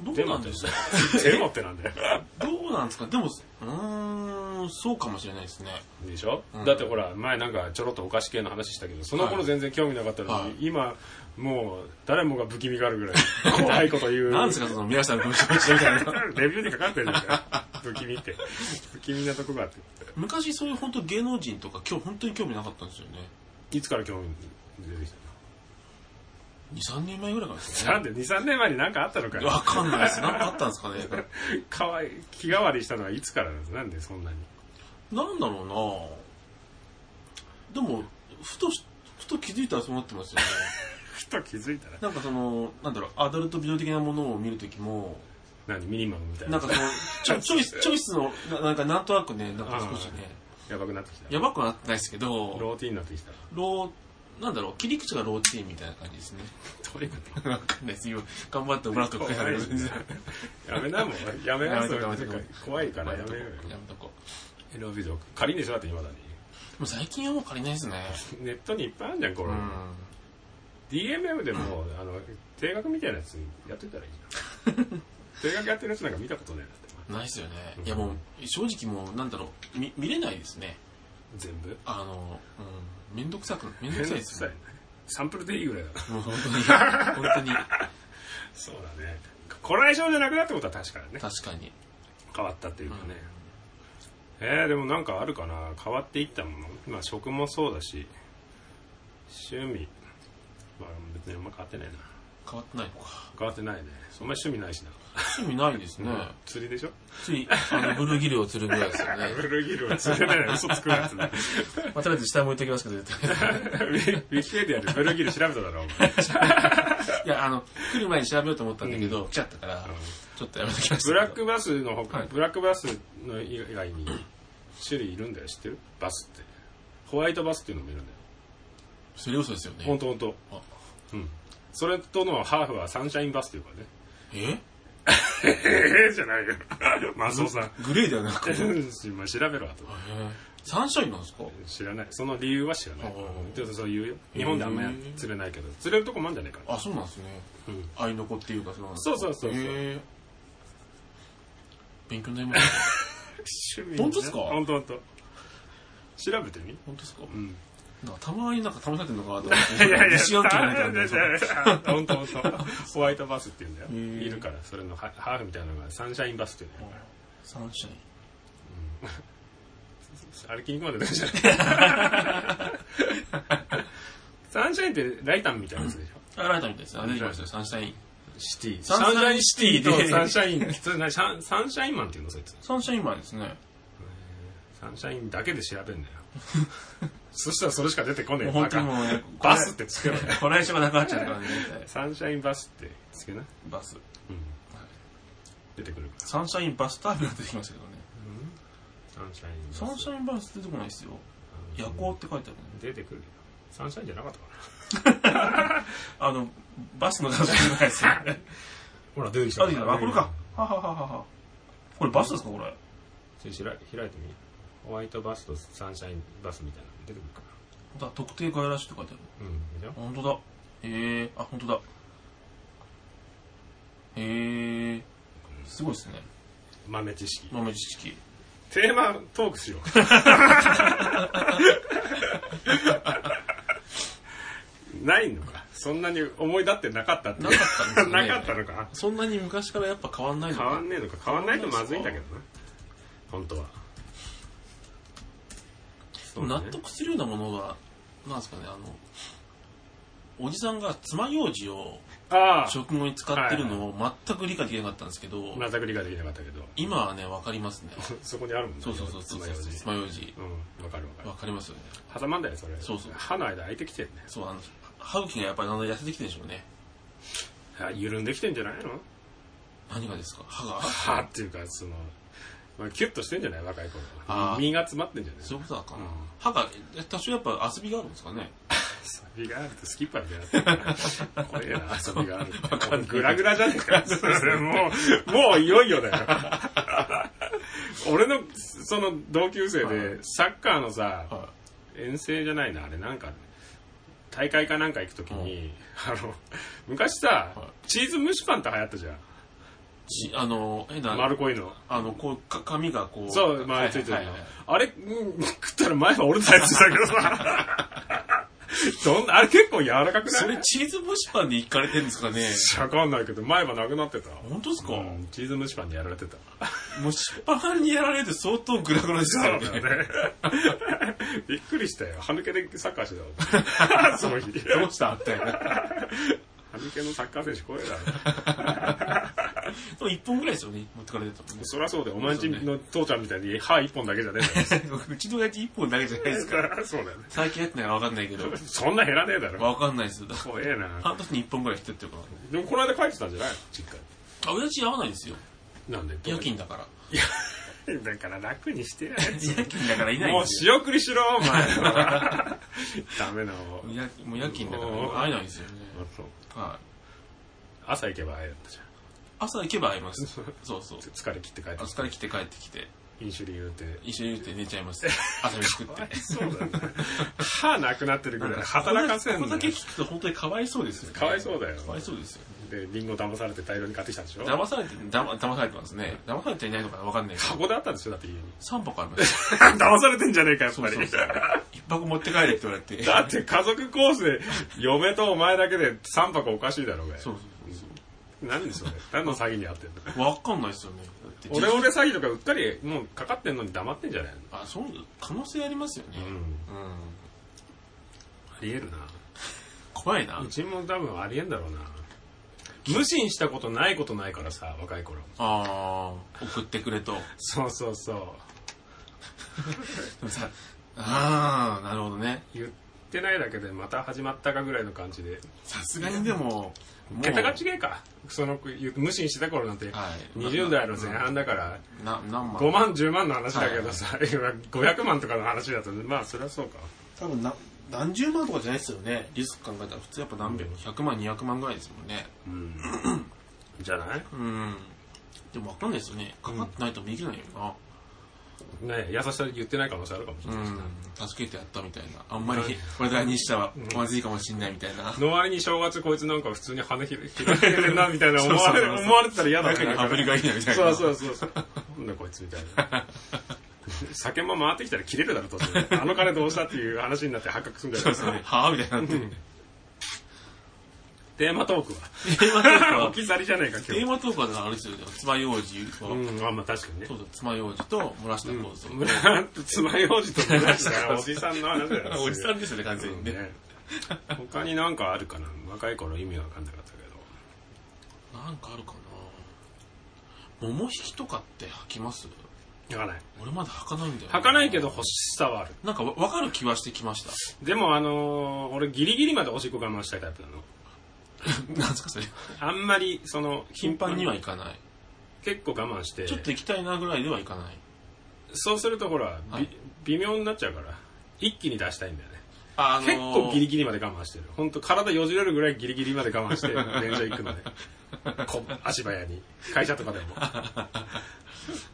[SPEAKER 1] ど
[SPEAKER 2] デ
[SPEAKER 1] う
[SPEAKER 2] モ
[SPEAKER 1] な
[SPEAKER 2] っ
[SPEAKER 1] ん
[SPEAKER 2] て
[SPEAKER 1] です
[SPEAKER 2] な
[SPEAKER 1] か
[SPEAKER 2] デモってなんだよ。
[SPEAKER 1] どうなんですかでもうーんそうかもしれないですね
[SPEAKER 2] でしょ、
[SPEAKER 1] うん
[SPEAKER 2] だってほら、前なんかちょろっとお菓子系の話したけど、その頃全然興味なかったのに、
[SPEAKER 1] はい
[SPEAKER 2] 今、もう誰もが不気味がある ぐらい、怖いこと言う。
[SPEAKER 1] なんですかその皆さんの文章みたいな
[SPEAKER 2] レビューで書かれてるんだよ。不気味って。不気味なとこがあって。
[SPEAKER 1] 昔そういう本当芸能人とか今日本当に興味なかったんですよね
[SPEAKER 2] いつから興味出てき
[SPEAKER 1] 23年前ぐらいからです
[SPEAKER 2] たのな
[SPEAKER 1] ね
[SPEAKER 2] んで2、3年前になんかあったのかよ
[SPEAKER 1] わかんないですなんかあったんですかね
[SPEAKER 2] かわいい。気変わりしたのはいつからなんですなんでそんなに。
[SPEAKER 1] なんだろうなでも、ふとし、ふと気づいたらそうなってますよね。
[SPEAKER 2] ふと気づいたら、
[SPEAKER 1] なんかその、なんだろう、アダルトビデオ的なものを見るときも、
[SPEAKER 2] 何ミニマムみたい
[SPEAKER 1] な。
[SPEAKER 2] なん
[SPEAKER 1] かその、ちょチョイス、チョイスの、ななんかなんとなくね、なんか少しね、
[SPEAKER 2] やばくなってきた。
[SPEAKER 1] やばくはなってないですけど、
[SPEAKER 2] ローティーになってきた。
[SPEAKER 1] ロー、なんだろう、切り口がローティーンみたいな感じですね。
[SPEAKER 2] どういうこと
[SPEAKER 1] わかんないです。今、頑張ってもらうとこやめと
[SPEAKER 2] やめなもん。やめ
[SPEAKER 1] や
[SPEAKER 2] な
[SPEAKER 1] め
[SPEAKER 2] そ
[SPEAKER 1] と
[SPEAKER 2] れ
[SPEAKER 1] こや
[SPEAKER 2] なん
[SPEAKER 1] め
[SPEAKER 2] か
[SPEAKER 1] とこ
[SPEAKER 2] 怖い
[SPEAKER 1] や
[SPEAKER 2] か
[SPEAKER 1] め
[SPEAKER 2] らや
[SPEAKER 1] とこ
[SPEAKER 2] めようよ。
[SPEAKER 1] やめとこ。
[SPEAKER 2] エロビデオ。借りにしょだって今だに。
[SPEAKER 1] でも最近はもう借りないですね。
[SPEAKER 2] ネットにいっぱいあるじゃん、こ
[SPEAKER 1] う
[SPEAKER 2] れ。
[SPEAKER 1] ん。
[SPEAKER 2] DMM でも、あの、定額みたいなやつやってたらいいじゃん。定額やってるやつなんか見たことないなって。
[SPEAKER 1] ないですよね。いやもう、正直もう、なんだろう、見、見れないですね。
[SPEAKER 2] 全部。
[SPEAKER 1] あの、うん、めんどくさく、めんどく
[SPEAKER 2] めん
[SPEAKER 1] さ
[SPEAKER 2] ど
[SPEAKER 1] い
[SPEAKER 2] く
[SPEAKER 1] です
[SPEAKER 2] さい
[SPEAKER 1] よ
[SPEAKER 2] ね。。サンプルでいいぐらいだな。
[SPEAKER 1] もう本当に、本当に、
[SPEAKER 2] そうだね。こらえ性じゃなくなったことは確かだね。
[SPEAKER 1] 確かに。
[SPEAKER 2] 変わったっていうかね。えー、でもなんかあるかな変わっていったもの。まあ食もそうだし、趣味。まあ別にあんま変わってないな。
[SPEAKER 1] 変わってないのか。
[SPEAKER 2] 変わってないね。そんな趣味ないしな。
[SPEAKER 1] 趣味ないですね。
[SPEAKER 2] 釣りでしょ
[SPEAKER 1] つい、あの、ブルーギルを釣るぐらいですよ ね。
[SPEAKER 2] ブルーギルは釣れない。嘘つくや つね。
[SPEAKER 1] まあ、とりあえず下向いておきますけど、絶対
[SPEAKER 2] ウィウィキペディアでブルーギル調べただろ、お 前。
[SPEAKER 1] いや、あの、来る前に調べようと思ったんだけど、来ちゃったから、ちょっとやめときましたけど。
[SPEAKER 2] ブラックバスのほか、
[SPEAKER 1] はい
[SPEAKER 2] ブラックバスの以外に種類いるんだよ、知ってるバスって。ホワイトバスっていうのもいるんだよ。
[SPEAKER 1] それ嘘ですよ
[SPEAKER 2] ほん
[SPEAKER 1] ね。
[SPEAKER 2] とほんと
[SPEAKER 1] あ。
[SPEAKER 2] うん。それとのハーフはサンシャインバスっていうからね。
[SPEAKER 1] え
[SPEAKER 2] ええじゃないよ。 マスオさん。
[SPEAKER 1] グレーではなく、
[SPEAKER 2] 今調べろ、あと。
[SPEAKER 1] えサンシャインなんですか
[SPEAKER 2] 知らない。その理由は知らない
[SPEAKER 1] あー。
[SPEAKER 2] ちょっとそう言うよ。日本であんまや釣れないけど。釣れるとこもあるんじゃないかな。
[SPEAKER 1] あ、そうなんですね。
[SPEAKER 2] うん
[SPEAKER 1] 愛の子っていうか、そうなんです
[SPEAKER 2] そうそうそうそう
[SPEAKER 1] へえ勉強になりま した。本当っすか
[SPEAKER 2] 本当本当。調べてみ。
[SPEAKER 1] 本当ですか
[SPEAKER 2] うん。
[SPEAKER 1] なんかたまになんか試されてんのかなと思 って。自信あったんじゃないかな と思って。
[SPEAKER 2] 本当本当。 ホワイトバスっていうんだよ。
[SPEAKER 1] ん
[SPEAKER 2] いるから、それのハハーフみたいなのがサンシャインバスっていうんだよ。
[SPEAKER 1] サンシャイン。
[SPEAKER 2] あれ筋肉まで 出じゃないサンシャインってライタンみたいなやつでしょ
[SPEAKER 1] あ、ライターみたいです。あ、出てきましたよ、サンシャイン。
[SPEAKER 2] シティ。
[SPEAKER 1] サンシャインシティで
[SPEAKER 2] サンシャイン、それ何サンサンシャインマンっていうのそいつ。
[SPEAKER 1] サンシャインマンですね。
[SPEAKER 2] サンシャインだけで調べんだよ。そしたらそれしか出てこねえ
[SPEAKER 1] もう
[SPEAKER 2] よ。
[SPEAKER 1] 本当にもう
[SPEAKER 2] バ
[SPEAKER 1] ね、
[SPEAKER 2] カバスってつけろよ。
[SPEAKER 1] これ以上なくなっちゃうからね、絶対
[SPEAKER 2] サンシャインバスってつけな。
[SPEAKER 1] バス。
[SPEAKER 2] うん。出てくるか
[SPEAKER 1] サンシャインバスターミナル出てきましたけどね。
[SPEAKER 2] サンシャインバス
[SPEAKER 1] サンシャインバース出てこないですよ。夜行って書いてあるね。
[SPEAKER 2] 出てくるよサンシャインじゃなかったかな
[SPEAKER 1] あの、バスの感じじゃないですよね。
[SPEAKER 2] ほら出てき
[SPEAKER 1] あ、出てきたあ、これか。ははははは。これバスですか、これ。
[SPEAKER 2] ちょっと開開いてみホワイトバスとサンシャインバスみたいなの出てくるか
[SPEAKER 1] 本当だ特定外来種って書いてある。
[SPEAKER 2] なうんでしょ
[SPEAKER 1] 本当だ。へえー、あ、本当だ。へえー、すごいですね。
[SPEAKER 2] 豆知識
[SPEAKER 1] 豆知識。
[SPEAKER 2] テーマトークしようないのかそんなに思い立ってなかったって
[SPEAKER 1] なかったんですね。
[SPEAKER 2] なかったのか
[SPEAKER 1] そんなに昔からやっぱ変わんないの
[SPEAKER 2] 変わんねえのか変わんないとまずいんだけ
[SPEAKER 1] ど。
[SPEAKER 2] どな本当は
[SPEAKER 1] でも納得するようなものが、なんですかね、あの、おじさんが爪楊枝を
[SPEAKER 2] ああ
[SPEAKER 1] 食後に使ってるのを全く理解できなかったんですけど、
[SPEAKER 2] 全く理解できなかったけど
[SPEAKER 1] 今はね、わかりますね。
[SPEAKER 2] そこにあるもんね
[SPEAKER 1] そうそうそう、
[SPEAKER 2] つ
[SPEAKER 1] そう
[SPEAKER 2] ま
[SPEAKER 1] そう
[SPEAKER 2] よう
[SPEAKER 1] そう、
[SPEAKER 2] じ
[SPEAKER 1] 爪楊
[SPEAKER 2] うんわかるわか
[SPEAKER 1] 枝。わかりますよね。
[SPEAKER 2] る挟まんだよそれ
[SPEAKER 1] そうそう
[SPEAKER 2] 歯の間空いてきてんね
[SPEAKER 1] そう、あの、歯茎がやっぱりだんだん痩せてきてるんでしょうね。
[SPEAKER 2] あ緩んできてんじゃないの
[SPEAKER 1] 何がですか歯が
[SPEAKER 2] 歯っていうかその、まあ、キュッとしてんじゃない若い頃
[SPEAKER 1] あ
[SPEAKER 2] は
[SPEAKER 1] ー
[SPEAKER 2] 身が詰まってんじゃない
[SPEAKER 1] そういうことだかな
[SPEAKER 2] うん。
[SPEAKER 1] 歯が、多少やっぱ遊びがあるんですかね。
[SPEAKER 2] 遊びがあるとスキッパーみたいになって る怖えな遊びがある
[SPEAKER 1] わかんない
[SPEAKER 2] グラグラじゃねえ かそれもうもういよいよだよ俺のその同級生
[SPEAKER 1] は
[SPEAKER 2] でサッカーのさ
[SPEAKER 1] は
[SPEAKER 2] 遠征じゃないなあれなんか大会かなんか行くときに、あの昔さ、
[SPEAKER 1] は
[SPEAKER 2] チーズ蒸しパンって流行ったじゃん
[SPEAKER 1] い。ちあの、変な、
[SPEAKER 2] 丸っこいの
[SPEAKER 1] あの、こう、か髪がこう。
[SPEAKER 2] そう、前ついてる
[SPEAKER 1] はい
[SPEAKER 2] の
[SPEAKER 1] はいはい。
[SPEAKER 2] あれ、うん食ったら前は折れたやつだけどさ。 どんな、あれ結構柔らかく
[SPEAKER 1] そ
[SPEAKER 2] な
[SPEAKER 1] れ
[SPEAKER 2] い
[SPEAKER 1] チーズ蒸しパンでいかれてるんですかね。
[SPEAKER 2] わかんないけど、前はなくなってた。
[SPEAKER 1] 本当ですか、
[SPEAKER 2] うんチーズ蒸しパンにやられてた。
[SPEAKER 1] もう失敗にやられて相当グラグラでしたよね。
[SPEAKER 2] ね。 びっくりしたよ。歯抜けでサッカーしてた もんその日。
[SPEAKER 1] どうしたみたいな。で
[SPEAKER 2] 歯抜けのサッカー選手怖えだろ。
[SPEAKER 1] も1本ぐらいですよね、持ってかれてたもんね
[SPEAKER 2] そりゃそうだよ。お前んちの父ちゃんみたいに歯一本だけじゃねえだ。
[SPEAKER 1] うちの親父1本だけじゃないですか。
[SPEAKER 2] ろ。そうだよね。
[SPEAKER 1] 最近やってないから分かんないけど。
[SPEAKER 2] そんな減らねえだろ。
[SPEAKER 1] 分かんないですよ。だから
[SPEAKER 2] 怖えな。
[SPEAKER 1] 半年に1本ぐらいしてってるからね。
[SPEAKER 2] でもこの間帰ってたんじゃないの実家
[SPEAKER 1] あ、親父合わないんですよ。
[SPEAKER 2] に。なんで
[SPEAKER 1] 夜勤だから。
[SPEAKER 2] だから楽にしてない
[SPEAKER 1] 夜勤だからいないん
[SPEAKER 2] もう
[SPEAKER 1] です
[SPEAKER 2] 仕送りしろ、お前。ダメなの。
[SPEAKER 1] よ。やもう夜勤だから会えないんですよね。はい。
[SPEAKER 2] 朝行けば会えるんだじゃん。
[SPEAKER 1] 朝行けば会えます。そうそう。
[SPEAKER 2] 疲れ切って帰っ
[SPEAKER 1] あ
[SPEAKER 2] てきて
[SPEAKER 1] 疲れ切って帰ってきて、
[SPEAKER 2] 飲酒理由って。
[SPEAKER 1] 一緒にいて寝ちゃいます。朝飯食って。
[SPEAKER 2] そうだね。歯なくなってるぐらい働かせん
[SPEAKER 1] こ
[SPEAKER 2] の
[SPEAKER 1] こだけ聞くと本当にかわいそうですよね。
[SPEAKER 2] かわいそうだよ
[SPEAKER 1] かわいそうですよね。
[SPEAKER 2] で、リンゴ騙されて大量に買ってきたんでしょ
[SPEAKER 1] 騙されて、だま騙されてますね。騙されていないのかなわかんないけど。
[SPEAKER 2] 箱であったんでしょだって家に。
[SPEAKER 1] 3箱ありました。
[SPEAKER 2] 騙されてんじゃねえか、やっぱり。
[SPEAKER 1] そうそうそう1箱持って帰れって言われて。
[SPEAKER 2] だって家族コースで、嫁とお前だけで3箱おかしいだろ、うが
[SPEAKER 1] そうそうそ
[SPEAKER 2] 何でそれ何の詐欺にあってんの
[SPEAKER 1] うそう。わかんないですよね。だって
[SPEAKER 2] オレオレ詐欺とかうっかりもうかかってんのに黙ってんじゃないの
[SPEAKER 1] あ、そう、可能性ありますよね。うん。
[SPEAKER 2] ありえるな。
[SPEAKER 1] 怖いな
[SPEAKER 2] う。ちも多分ありえんだろうな。無心したことないことないからさ、若い頃。
[SPEAKER 1] あー、送ってくれと。で
[SPEAKER 2] そうそうそう。
[SPEAKER 1] もさ、あー、なるほどね。
[SPEAKER 2] 言ってないだけでまた始まったかぐらいの感じで。
[SPEAKER 1] さすがにでも、もう
[SPEAKER 2] 桁が違えか。その言う無心した頃なんて、
[SPEAKER 1] はい
[SPEAKER 2] 20代の前半だから、
[SPEAKER 1] な、何
[SPEAKER 2] 5
[SPEAKER 1] 万
[SPEAKER 2] 万、10万の話だけどさ、今500万とかの話だと、まあそりゃそうか。
[SPEAKER 1] 多分な、何十万とかじゃないですよね。リスク考えたら普通やっぱ何百、100万、200万ぐらいですもんね。
[SPEAKER 2] うん。じゃない
[SPEAKER 1] うん。でもわかんないですよね。かかってないとできないよな。
[SPEAKER 2] ね優しさで言ってない可能性あるかもしれない。
[SPEAKER 1] うん、助けてやったみたいな。あんまり話題にしたらまずいかもしんないみたいな。
[SPEAKER 2] の割に正月こいつなんか普通に羽ひ開いてるなみたいな思われ
[SPEAKER 1] そうそうそう
[SPEAKER 2] 思われてたら嫌だ
[SPEAKER 1] 中に羽振りがいいなみたいな。
[SPEAKER 2] そうそうそうそう。なんだこいつみたいな。酒も回ってきたら切れるだろ、当然。あの金どうしたっていう話になって発覚するんだよ。
[SPEAKER 1] そうねはぁみたいになって。
[SPEAKER 2] テーマトークは。
[SPEAKER 1] テーマトークは
[SPEAKER 2] 置、き去りじゃねえか、
[SPEAKER 1] テ
[SPEAKER 2] 今
[SPEAKER 1] ー
[SPEAKER 2] 日。
[SPEAKER 1] マトークはだからあれですよね。爪楊枝は、
[SPEAKER 2] うん、あ、まあ確かにね
[SPEAKER 1] そ。うそう、爪楊枝と漏らした構造。
[SPEAKER 2] 村と爪楊枝と村下 がおじさんの話 だよ。
[SPEAKER 1] おじさ
[SPEAKER 2] ん
[SPEAKER 1] んですよね、完全にね。
[SPEAKER 2] ね。他になんかあるかな若い頃意味わかんなかったけど。
[SPEAKER 1] なんかあるかな桃引きとかって履きます
[SPEAKER 2] 履かない。
[SPEAKER 1] 俺まだ履かないんだよ。
[SPEAKER 2] 履かないけど。欲しさはある。
[SPEAKER 1] なんかわわかる気はしてきました。
[SPEAKER 2] でもあのー俺ギリギリまでおしっこ我慢したいタイプなの。
[SPEAKER 1] なんですかそれ。
[SPEAKER 2] あんまり、その、
[SPEAKER 1] 頻繁には行かない。
[SPEAKER 2] 結構我慢して。
[SPEAKER 1] ちょっと行きたいなぐらいでは行かない。
[SPEAKER 2] そうするとほら、び
[SPEAKER 1] はい
[SPEAKER 2] 微妙になっちゃうから一気に出したいんだよね、
[SPEAKER 1] あのー
[SPEAKER 2] 結構ギリギリまで我慢してる本当体よじれるぐらいギリギリまで 我慢して電車行くのねこ足早に会社 とかでも、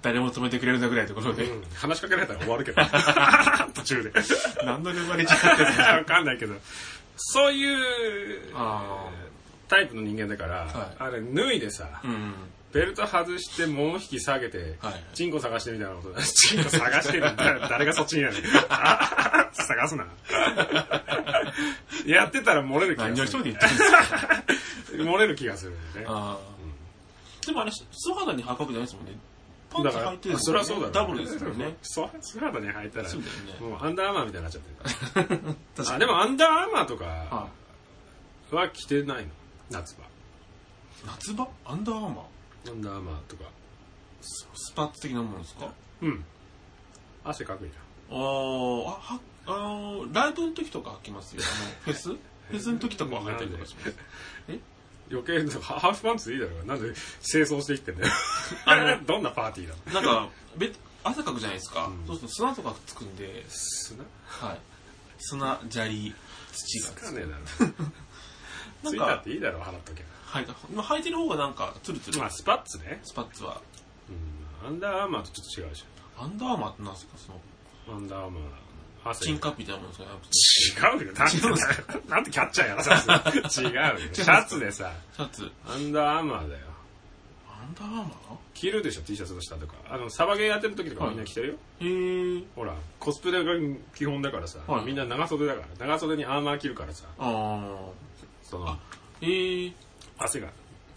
[SPEAKER 1] 誰も止めてくれるなぐらいのところで、
[SPEAKER 2] うん話しかけられたら終わるけど 途中で
[SPEAKER 1] 何の生まれちゃってる
[SPEAKER 2] わかんないけどそういう
[SPEAKER 1] あ
[SPEAKER 2] タイプの人間だから、
[SPEAKER 1] はい
[SPEAKER 2] あれ脱いでさ
[SPEAKER 1] あ うん
[SPEAKER 2] ベルト外して物引き下げて、
[SPEAKER 1] はい
[SPEAKER 2] チンコ探してみたいなことだ チンコ探してる誰がそっちにやる探 すなやってたら漏れる気
[SPEAKER 1] 何
[SPEAKER 2] が
[SPEAKER 1] を一人
[SPEAKER 2] する
[SPEAKER 1] で言ってるんですか
[SPEAKER 2] 漏れる気がするよね
[SPEAKER 1] あーでもあれ素肌に履くわけじゃないですもんねパンツ
[SPEAKER 2] だから
[SPEAKER 1] 履いてるんです
[SPEAKER 2] そ
[SPEAKER 1] もん
[SPEAKER 2] りゃ
[SPEAKER 1] ね
[SPEAKER 2] そうだろ
[SPEAKER 1] ダブルですからね
[SPEAKER 2] そ姿に履いたら
[SPEAKER 1] そうだよね
[SPEAKER 2] もうアンダーアーマーみたいになっちゃってる
[SPEAKER 1] 確
[SPEAKER 2] あ
[SPEAKER 1] かに
[SPEAKER 2] でもアンダーアーマーと
[SPEAKER 1] あ
[SPEAKER 2] かは着てないの夏場
[SPEAKER 1] 夏場アンダーアーマー
[SPEAKER 2] アンダーアーマーとか
[SPEAKER 1] スパッツ的なものですか
[SPEAKER 2] うん汗かくじゃん
[SPEAKER 1] あーあはあのライブの時とか履きますよ あのフェスフェスの時とかは履いたりとかします
[SPEAKER 2] 余計なハハーフパンツでいいだろうがなんで清掃していってんだよ どんなパーティーだ
[SPEAKER 1] なんか別汗かくじゃないですか、
[SPEAKER 2] うん
[SPEAKER 1] そうすると砂とかつくんで、
[SPEAKER 2] 砂
[SPEAKER 1] はい、砂砂利土がつ
[SPEAKER 2] つか
[SPEAKER 1] く
[SPEAKER 2] ねえ だろ
[SPEAKER 1] な
[SPEAKER 2] つ
[SPEAKER 1] ん
[SPEAKER 2] いた
[SPEAKER 1] か
[SPEAKER 2] っていいだろ払っとけ
[SPEAKER 1] はいまあ履いてる方がなんかツルツル
[SPEAKER 2] まあスパッツね
[SPEAKER 1] スパッツは
[SPEAKER 2] うんアンダーアーマーとちょっと違うでし
[SPEAKER 1] アンダーアーマーってなんですかその
[SPEAKER 2] ょアンダーアーマー汗
[SPEAKER 1] チンカップみたいなもんですかね
[SPEAKER 2] 違うよなんでなんでキャッチャーやらさせる違う よシャツでさ
[SPEAKER 1] シャツ
[SPEAKER 2] アンダーアーマーだよ
[SPEAKER 1] アンダーアーマ
[SPEAKER 2] 着るでしょ T シャツの下とかあのサバゲーやってる時とかみんな着てるよ、
[SPEAKER 1] ーへえ
[SPEAKER 2] ほらコスプレが基本だからさ、
[SPEAKER 1] はい
[SPEAKER 2] みんな長袖だから長袖にアーマー着るからさ
[SPEAKER 1] あ
[SPEAKER 2] その
[SPEAKER 1] あへえ
[SPEAKER 2] 汗が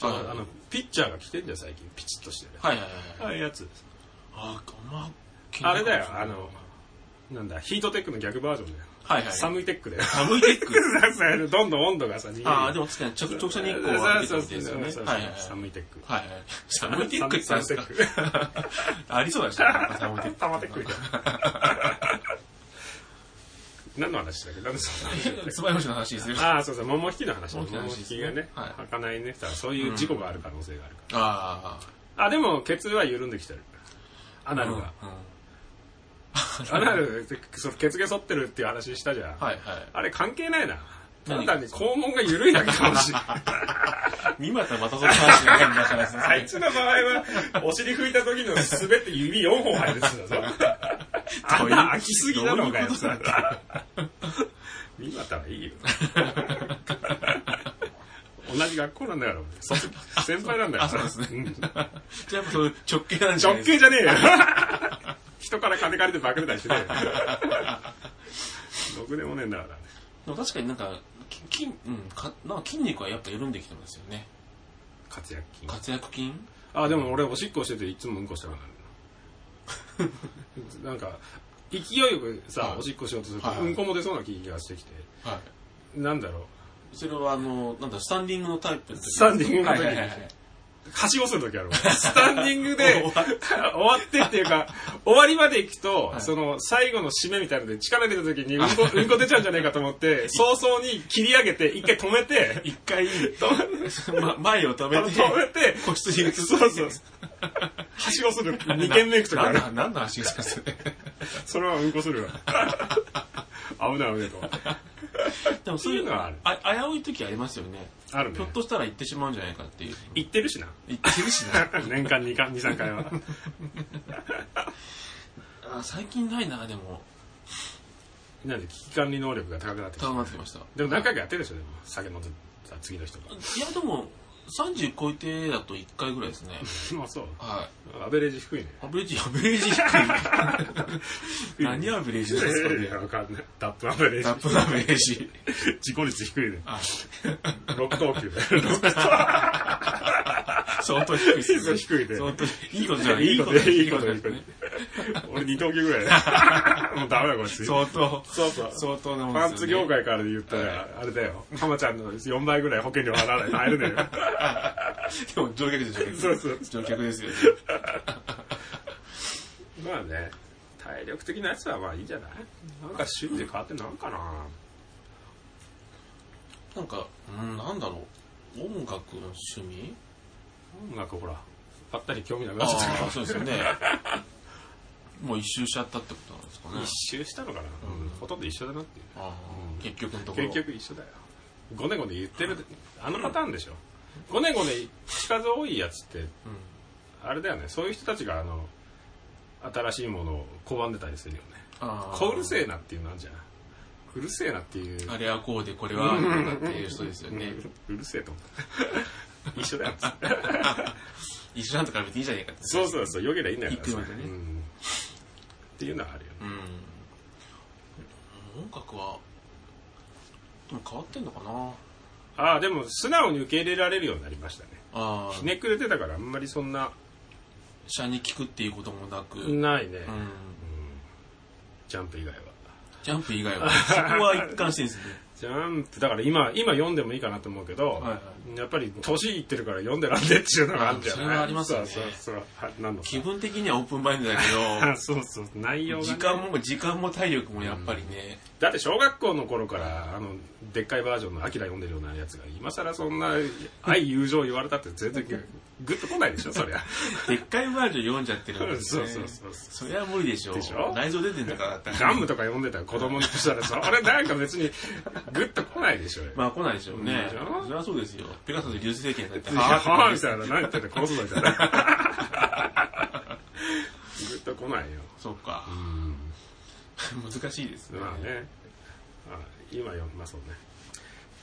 [SPEAKER 2] あ
[SPEAKER 1] はい
[SPEAKER 2] のピッチャーが着てんじゃん最近ピチッとしてる
[SPEAKER 1] はいはいはい
[SPEAKER 2] ああいうやつ
[SPEAKER 1] あーまあ気に
[SPEAKER 2] あ
[SPEAKER 1] な
[SPEAKER 2] れ
[SPEAKER 1] る
[SPEAKER 2] だよあのなんだヒートテックの逆バージョンだよ、
[SPEAKER 1] はいはい
[SPEAKER 2] 寒いテック だよ
[SPEAKER 1] 寒いテ ック
[SPEAKER 2] どんどん温度がさ逃げる
[SPEAKER 1] ああでも確かに直直射日光は
[SPEAKER 2] は
[SPEAKER 1] 出て
[SPEAKER 2] そう
[SPEAKER 1] るみ
[SPEAKER 2] そ
[SPEAKER 1] た
[SPEAKER 2] う
[SPEAKER 1] いですよ
[SPEAKER 2] そう
[SPEAKER 1] ね
[SPEAKER 2] そう
[SPEAKER 1] はいはい
[SPEAKER 2] 寒いテック
[SPEAKER 1] はいはい。サムテックって言ったんですか
[SPEAKER 2] サムテ
[SPEAKER 1] ありそう だしね。サムテック。
[SPEAKER 2] たまテックみたいな 何の話だっけなんでそんな話だっけ
[SPEAKER 1] つばやむしの話ですよ。
[SPEAKER 2] ああ、そうそう、桃引きの話。
[SPEAKER 1] 桃
[SPEAKER 2] 桃
[SPEAKER 1] 引きの話
[SPEAKER 2] 引
[SPEAKER 1] です
[SPEAKER 2] き
[SPEAKER 1] ね
[SPEAKER 2] がね、
[SPEAKER 1] はい
[SPEAKER 2] はかないね。だからそういう事故がある可能性があるか
[SPEAKER 1] あ
[SPEAKER 2] ら。あ、でも、ケツは緩んできてる。ア
[SPEAKER 1] あ。
[SPEAKER 2] ナルが。アナル、そうケツ毛剃ってるっていう話したじゃん。
[SPEAKER 1] はいはい。
[SPEAKER 2] あれ関係ないな。た
[SPEAKER 1] 何
[SPEAKER 2] だ単に肛門が緩いだけか もしれない。
[SPEAKER 1] 今とまたその話がなかなか
[SPEAKER 2] あいつの場合は、お尻拭いた時の滑って指4本入るっつうんだぞ。あんな開きすぎなの
[SPEAKER 1] ど
[SPEAKER 2] かよ
[SPEAKER 1] ういうことだっ。
[SPEAKER 2] 見またはいいよ。同じ学校なんだから、俺卒先輩なんだよ。
[SPEAKER 1] あそうですね
[SPEAKER 2] ん
[SPEAKER 1] じゃあやっぱそういう直径なんじゃな
[SPEAKER 2] 直
[SPEAKER 1] いです
[SPEAKER 2] 径じゃねえよ。人から金借りてバクれたりしてねえよ。ろくでもねえんだから。
[SPEAKER 1] か。でも確かになんか、筋、うん、かなんか筋肉はやっぱ緩んできてますよね。
[SPEAKER 2] 活躍金。
[SPEAKER 1] 活躍筋
[SPEAKER 2] あ、でも俺おしっこしてていつもうんこしたくなる。なんか、勢いよく
[SPEAKER 1] は
[SPEAKER 2] さ
[SPEAKER 1] い、
[SPEAKER 2] おしっこしようとすると、
[SPEAKER 1] はいはい
[SPEAKER 2] うんこも出そうな気がしてきて。
[SPEAKER 1] はい。
[SPEAKER 2] なんだろう。
[SPEAKER 1] それはあの、なんだ、スタンディングのタイプの時
[SPEAKER 2] スタンディングの
[SPEAKER 1] は
[SPEAKER 2] 時
[SPEAKER 1] いはいはいはい
[SPEAKER 2] はしごする時あ るわ。スタンディングで 終わってっていうか、終わりまで行くと、
[SPEAKER 1] はい
[SPEAKER 2] その最後の締めみたいなので力入れた時にうんこうんこ出ちゃうんじゃないかと思 って、早々に切り上げて、一回止めて、
[SPEAKER 1] 一 回、ま前を止
[SPEAKER 2] 止
[SPEAKER 1] めて、
[SPEAKER 2] めて、
[SPEAKER 1] 個室に移す。
[SPEAKER 2] そうそう。はしごする。二軒目行くとかあ
[SPEAKER 1] な
[SPEAKER 2] る。
[SPEAKER 1] ななんの話ですかそれ。
[SPEAKER 2] それはうんこするわ。 危ない危ないと思って。
[SPEAKER 1] でもそういうのは
[SPEAKER 2] っていう
[SPEAKER 1] あ危うい時ありますよね。
[SPEAKER 2] あるね
[SPEAKER 1] ひょっ。としたら行ってしまうんじゃないかっていう。
[SPEAKER 2] 行ってるしな。
[SPEAKER 1] 行ってるしな。
[SPEAKER 2] 年間2回、2、3回は。
[SPEAKER 1] あ最近ないな、でも。
[SPEAKER 2] なんで危機管理能力が高くなってきた
[SPEAKER 1] 高く。なってきました。
[SPEAKER 2] でも何回かやってるでしょ、でも。酒飲んでた次の人が。
[SPEAKER 1] いや、でも、30超えてだと1回ぐらいですね。
[SPEAKER 2] まあそう。
[SPEAKER 1] はい。
[SPEAKER 2] アベレージ低いね。
[SPEAKER 1] アベレージ、アベレージ低い。 何アベレージなんですか
[SPEAKER 2] い
[SPEAKER 1] ね。
[SPEAKER 2] や、わかんない。ダップアベレ
[SPEAKER 1] ラ
[SPEAKER 2] ー
[SPEAKER 1] ップのアベレージ。
[SPEAKER 2] ジ。事故率低いね。
[SPEAKER 1] あ、
[SPEAKER 2] 6等級
[SPEAKER 1] 相当低い ですね。
[SPEAKER 2] 低いね
[SPEAKER 1] 相当いいことじゃない。
[SPEAKER 2] いいこと
[SPEAKER 1] い
[SPEAKER 2] い
[SPEAKER 1] い
[SPEAKER 2] い
[SPEAKER 1] こ
[SPEAKER 2] こと
[SPEAKER 1] で
[SPEAKER 2] といい
[SPEAKER 1] す
[SPEAKER 2] こと
[SPEAKER 1] ね。
[SPEAKER 2] 俺2等級ぐらいだ よもうダメだ、こいつ。
[SPEAKER 1] 相当、
[SPEAKER 2] そうそう。
[SPEAKER 1] 相当なもんですよね
[SPEAKER 2] パンツ業界から言ったら、あれだよ。ハマちゃんの4倍ぐらい保険料払わないと入れねえよ。
[SPEAKER 1] でも乗客ですよ、乗客。
[SPEAKER 2] そうそう
[SPEAKER 1] 乗客ですよね。
[SPEAKER 2] まあね、体力的なやつはまあいいんじゃないなんか趣味で変わってなんかな
[SPEAKER 1] なんか、うん、なんだろう。音楽の趣味
[SPEAKER 2] 音楽ほら、ばったり興味なくなっちゃったか
[SPEAKER 1] ああ、そうですよね。もう一周しちゃったってことなんですかね
[SPEAKER 2] 一周したのかな、
[SPEAKER 1] うん
[SPEAKER 2] ほとんど一緒だなっていう
[SPEAKER 1] あー結局のところ
[SPEAKER 2] 結局一緒だよごねごね言ってるあのパターンでしょごねごね近づ多いやつって
[SPEAKER 1] うん
[SPEAKER 2] あれだよねそういう人たちがあの新しいものを拒んでたりするよね
[SPEAKER 1] あー
[SPEAKER 2] こうるせえなっていうのあるじゃんうるせえなっていう
[SPEAKER 1] あれはこうでこれはなんだっていう人ですよね
[SPEAKER 2] うるせえと思った 一緒だよつって
[SPEAKER 1] 一緒なんとか別にいいじゃねえかって
[SPEAKER 2] そうそうそうよけりゃいいんだよ
[SPEAKER 1] 言ってましたね
[SPEAKER 2] うんっていうのはあるよね
[SPEAKER 1] うん音楽はでも変わってんのかな
[SPEAKER 2] ああでも素直に受け入れられるようになりましたね
[SPEAKER 1] ああ
[SPEAKER 2] ひねくれてたからあんまりそんな
[SPEAKER 1] 社に聞くっていうこともなく、うん
[SPEAKER 2] ないね、ジャンプ以外は
[SPEAKER 1] ジャンプ以外 はそこは一貫してるんですね
[SPEAKER 2] ジャンプだから今今読んでもいいかなと思うけど、
[SPEAKER 1] はいは
[SPEAKER 2] やっぱり年いってるから読んでらんでっていうのがあるんじゃない
[SPEAKER 1] それはありますよね
[SPEAKER 2] そうそうそうあなんの
[SPEAKER 1] 気分的にはオープンマインドだ
[SPEAKER 2] あ
[SPEAKER 1] け
[SPEAKER 2] そうそう内容
[SPEAKER 1] ど
[SPEAKER 2] が、ね、
[SPEAKER 1] 時間も時間も体力もやっぱりね、
[SPEAKER 2] だって小学校の頃からあのでっかいバージョンの「アキラ読んでるようなやつが今更そんな愛友情言われたって全然グッと来ないでしょそりゃ
[SPEAKER 1] でっかいバージョン読んじゃってるんです
[SPEAKER 2] そ
[SPEAKER 1] ね
[SPEAKER 2] うそうそうそ
[SPEAKER 1] そ
[SPEAKER 2] う
[SPEAKER 1] れは無理でしょ
[SPEAKER 2] でしょ
[SPEAKER 1] 内臓出てんだからだったら
[SPEAKER 2] ガムとか読んでたら子供にしたら それなんか別にグッと来ないでしょよ
[SPEAKER 1] まあ来ないでしょうね
[SPEAKER 2] でしょ
[SPEAKER 1] それはそうですよペガサス流星権だって
[SPEAKER 2] いやはぁみ
[SPEAKER 1] ー
[SPEAKER 2] たいな何言ってんの殺すぞみたい なグッと来ないよ
[SPEAKER 1] そうか難しいですね,、
[SPEAKER 2] まあねあ今読みますもんね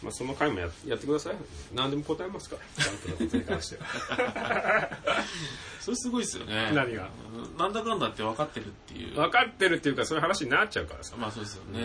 [SPEAKER 2] まあその回もややってください何でも答えますからジャンプのことに関して は
[SPEAKER 1] それすごいですよね
[SPEAKER 2] 何が
[SPEAKER 1] うんなんだかんだって分かってるっていう
[SPEAKER 2] 分かってるっていうかそういう話になっちゃうからさ
[SPEAKER 1] まあそうですよね、
[SPEAKER 2] うん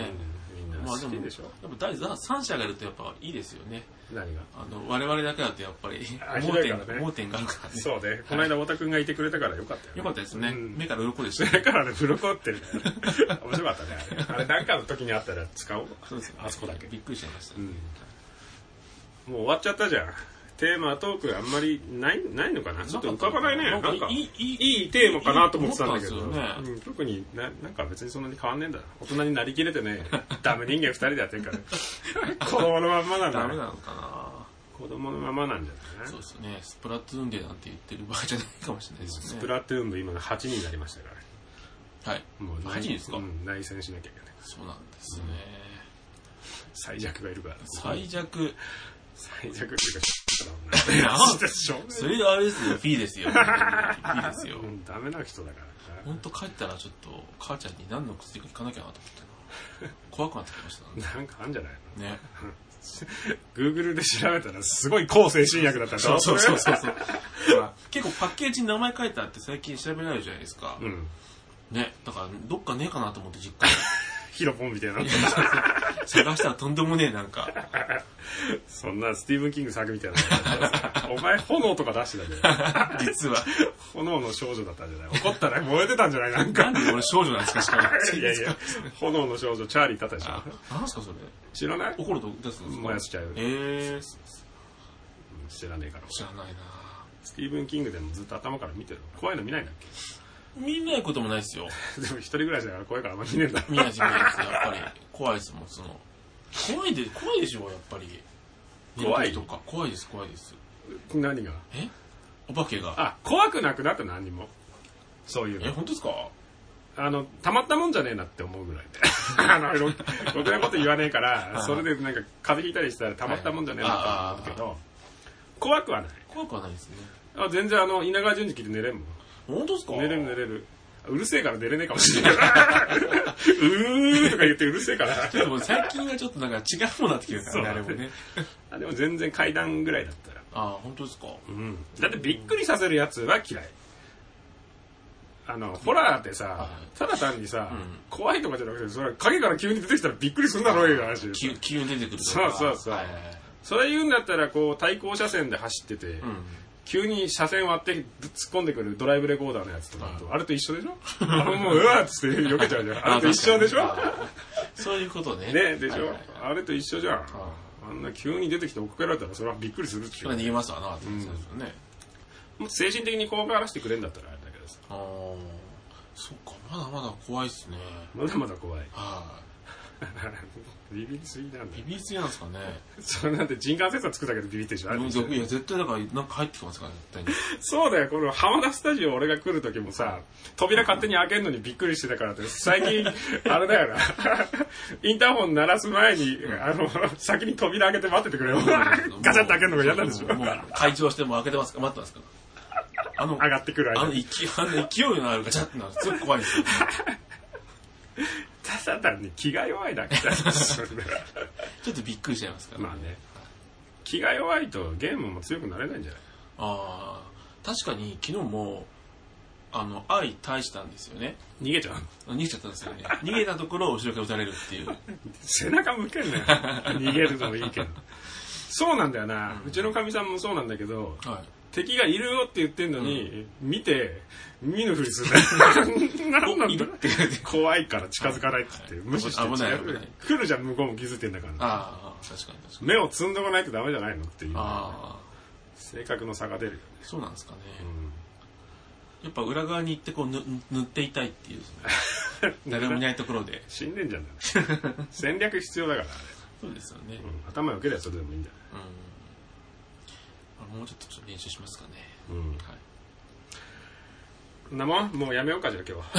[SPEAKER 2] みんな
[SPEAKER 1] まあ
[SPEAKER 2] 好きでしょ、
[SPEAKER 1] でも第三者がいるとやっぱいいですよね。
[SPEAKER 2] 何が
[SPEAKER 1] あの、我々だけだとやっぱり
[SPEAKER 2] あ、
[SPEAKER 1] 盲
[SPEAKER 2] ひどい
[SPEAKER 1] 点
[SPEAKER 2] からね
[SPEAKER 1] 盲点があるからね。
[SPEAKER 2] そうねこの間太田君がいてくれたからよかったよ、ね、
[SPEAKER 1] よかったですね。
[SPEAKER 2] うん
[SPEAKER 1] 目から鱗でし
[SPEAKER 2] そ
[SPEAKER 1] たね。
[SPEAKER 2] れからねブロコってるね面白かったねあれあれ何かの時にあったら使おう
[SPEAKER 1] そうですよね
[SPEAKER 2] あそこだけ
[SPEAKER 1] びっくりしちゃいました。
[SPEAKER 2] うんもう終わっちゃったじゃん。テーマ、トークあんまりない、ないのかなちょっと浮かばないね。
[SPEAKER 1] な
[SPEAKER 2] なんん
[SPEAKER 1] か
[SPEAKER 2] か、
[SPEAKER 1] いい
[SPEAKER 2] い
[SPEAKER 1] いい
[SPEAKER 2] いいいテーマかなと思ってたんだけ
[SPEAKER 1] いい
[SPEAKER 2] ど。
[SPEAKER 1] と思ったんです
[SPEAKER 2] うん特にな、なんか別にそんなに変わんねえんだな。大人になりきれてね、ダメ人間二人でやってるか ら。子供のまんまなん
[SPEAKER 1] ダ
[SPEAKER 2] だ
[SPEAKER 1] メ
[SPEAKER 2] ね
[SPEAKER 1] なのかな
[SPEAKER 2] 子供のままなんじゃない
[SPEAKER 1] そうですよね。スプラトゥーンデーなんて言ってる場合じゃないかもしれないですね。
[SPEAKER 2] スプラトゥーンの今の8人になりましたから。
[SPEAKER 1] はい。
[SPEAKER 2] もう内
[SPEAKER 1] マジですか
[SPEAKER 2] うん、内戦しなきゃいけない。
[SPEAKER 1] そうなんですね。
[SPEAKER 2] 最弱がいるから。
[SPEAKER 1] 最弱。
[SPEAKER 2] 最弱っていうか、
[SPEAKER 1] いや
[SPEAKER 2] マジでしょうがない
[SPEAKER 1] それあれ ですよ。P ですよ。P ですよ
[SPEAKER 2] う。んダメな人だからな。
[SPEAKER 1] ほんと帰ったらちょっと、母ちゃんに何の薬か聞かなきゃなと思ってな。怖くなってきましたね
[SPEAKER 2] なんかあんじゃないの
[SPEAKER 1] ね。
[SPEAKER 2] Google で調べたらすごい抗精神薬だったでし
[SPEAKER 1] そ
[SPEAKER 2] ょ
[SPEAKER 1] うそうそうそうそう。ほら 結構パッケージに名前書いてあって最近調べられるじゃないですか。
[SPEAKER 2] うん。
[SPEAKER 1] ね。だから、どっかねえかなと思って実家に
[SPEAKER 2] ヒロポンみたいな。
[SPEAKER 1] 探したらとんでもねえ、なんか。
[SPEAKER 2] そんなスティーブン・キング作みたいな。お前炎とか出してたね。
[SPEAKER 1] 実は。
[SPEAKER 2] 炎の少女だったんじゃない怒ったら燃えてたんじゃないなんか。
[SPEAKER 1] なんで俺少女なんですか、しかも。
[SPEAKER 2] いやいや、炎の少女、チャーリーだったじゃ
[SPEAKER 1] あ
[SPEAKER 2] ん。。
[SPEAKER 1] なんすか、それ。
[SPEAKER 2] 知らない
[SPEAKER 1] 怒ると出すんですか
[SPEAKER 2] 燃やしちゃう
[SPEAKER 1] えー、
[SPEAKER 2] 知らねえから。
[SPEAKER 1] 知らないな
[SPEAKER 2] スティーブン・キングでもずっと頭から見てる。怖いの見ないんだっ
[SPEAKER 1] 見ないこともないですよ。
[SPEAKER 2] けでも一人ぐらいじゃ怖いからあんま見ねえんだ。
[SPEAKER 1] 見ないし、見ないですやっぱり。怖いですもん、その。怖いで、怖いでしょ、やっぱり。
[SPEAKER 2] 怖い
[SPEAKER 1] とか。怖いです、怖いです。
[SPEAKER 2] 何が
[SPEAKER 1] えお化けが。
[SPEAKER 2] あ、怖くなくなった何にも。そういうの
[SPEAKER 1] え、。本当ですか
[SPEAKER 2] あの、たまったもんじゃねえなって思うぐらいで。あの、ろろくなこと言わねえから、それでなんか風邪ひいたりしたらたまったもんじゃねえなって思うけど、怖くはない。
[SPEAKER 1] 怖くはないですね。
[SPEAKER 2] あ全然あの、稲川淳二聞いて寝れんもん。
[SPEAKER 1] 本当ですか
[SPEAKER 2] 寝れる寝れる。うるせえから寝れねえかもしれない。うーとか言ってうるせえから。
[SPEAKER 1] でも最近はちょっとなんか違うものになってきてるからね、あ
[SPEAKER 2] そ
[SPEAKER 1] れ
[SPEAKER 2] う
[SPEAKER 1] もね。
[SPEAKER 2] あでも全然階段ぐらいだったら。
[SPEAKER 1] ああ、本当ですか。
[SPEAKER 2] うん。だってびっくりさせるやつは嫌い。あの、ホラーってさ、ただ単にさ、
[SPEAKER 1] ん
[SPEAKER 2] 怖いとかじゃなくて、それは影から急に出てきたらびっくりするだろういう話。
[SPEAKER 1] 急急に出てくるとか
[SPEAKER 2] そうそうそう
[SPEAKER 1] はいはいはい
[SPEAKER 2] それ言うんだったら、こう、対向車線で走ってて、
[SPEAKER 1] うん。
[SPEAKER 2] 急に車線割って突っ込んでくるドライブレコーダーのやつとかと、あれと一緒で しょあのもう、うわっつって避けちゃうじゃん。あれと一緒でしょ
[SPEAKER 1] あ確かにそういうことね。
[SPEAKER 2] ねでし
[SPEAKER 1] はいは
[SPEAKER 2] ょ
[SPEAKER 1] いはい
[SPEAKER 2] あれと一緒じゃん。あんな急に出てきて追っかけられたら、それはびっくりするっちゅ
[SPEAKER 1] それは。
[SPEAKER 2] う
[SPEAKER 1] 逃げますわな、ってですよね。
[SPEAKER 2] もう精神的に怖がらせてくれんだったらあれだけどさ。
[SPEAKER 1] ああ、そっか、まだまだ怖いっすね。
[SPEAKER 2] まだまだ怖い。
[SPEAKER 1] は
[SPEAKER 2] ビビりすぎなんだ
[SPEAKER 1] ビ
[SPEAKER 2] よ。
[SPEAKER 1] ビりすぎなんですかね。
[SPEAKER 2] それなんて人感センサー作ったけどビビってんじゃ
[SPEAKER 1] い
[SPEAKER 2] ん
[SPEAKER 1] や、絶対だから、なんか入ってきますから、絶対に。
[SPEAKER 2] そうだよ、この浜田スタジオ俺が来る時もさ、扉勝手に開けるのにびっくりしてたからって、最近、あれだよな、 インターホン鳴らす前に、あの、先に扉開けて待っててく れよ。 ガチャッと開けるのが嫌なんでしょ。
[SPEAKER 1] もう、もう会長してもう開けてますか待ってますから。あの、
[SPEAKER 2] 上がってくる
[SPEAKER 1] あ
[SPEAKER 2] 間
[SPEAKER 1] の
[SPEAKER 2] に。
[SPEAKER 1] 勢い、あの勢いのあるガチャってなる。すごく怖いんですよ。
[SPEAKER 2] ただ単に気が弱いだけだよそれは
[SPEAKER 1] ちょっとびっくりしちゃいますから。
[SPEAKER 2] まあね。気が弱いとゲームも強くなれないんじゃない
[SPEAKER 1] ああ、確かに昨日も、あの、愛対したんですよね。
[SPEAKER 2] 逃げちゃうの
[SPEAKER 1] 逃げちゃったん ですよね。逃げたところを後ろから撃たれるっていう。
[SPEAKER 2] 背中向けん なよ。逃げるのもいいけど。そうなんだよな。うちのかみさんもそうなんだけど、
[SPEAKER 1] はい。
[SPEAKER 2] 敵がいるよって言ってんのに、見て、見ぬふりす る。なんなん
[SPEAKER 1] い
[SPEAKER 2] だ
[SPEAKER 1] るって言われて
[SPEAKER 2] 怖いから近づかないって言って、無視して
[SPEAKER 1] 危ない
[SPEAKER 2] 違
[SPEAKER 1] 危
[SPEAKER 2] う
[SPEAKER 1] ない
[SPEAKER 2] 来るじゃん、向こうも気づいてんだから。
[SPEAKER 1] ああ、確かに確かに。
[SPEAKER 2] 目をつんどかないとダメじゃないのっていう。
[SPEAKER 1] あ
[SPEAKER 2] 性格の差が出るよね。
[SPEAKER 1] あ、そうなんですかね。
[SPEAKER 2] うん
[SPEAKER 1] やっぱ裏側に行ってこうぬ塗っていたいっていう、 誰もいないところで。
[SPEAKER 2] 死んで んじゃん。だから戦略必要だから、あ
[SPEAKER 1] そうですよね。
[SPEAKER 2] れうん頭良ければそれでもいいんだよ。
[SPEAKER 1] うん。もうちょっとちょっと練習しますかね。
[SPEAKER 2] うん
[SPEAKER 1] はい。
[SPEAKER 2] そんなもんもうやめようか、じゃあ今日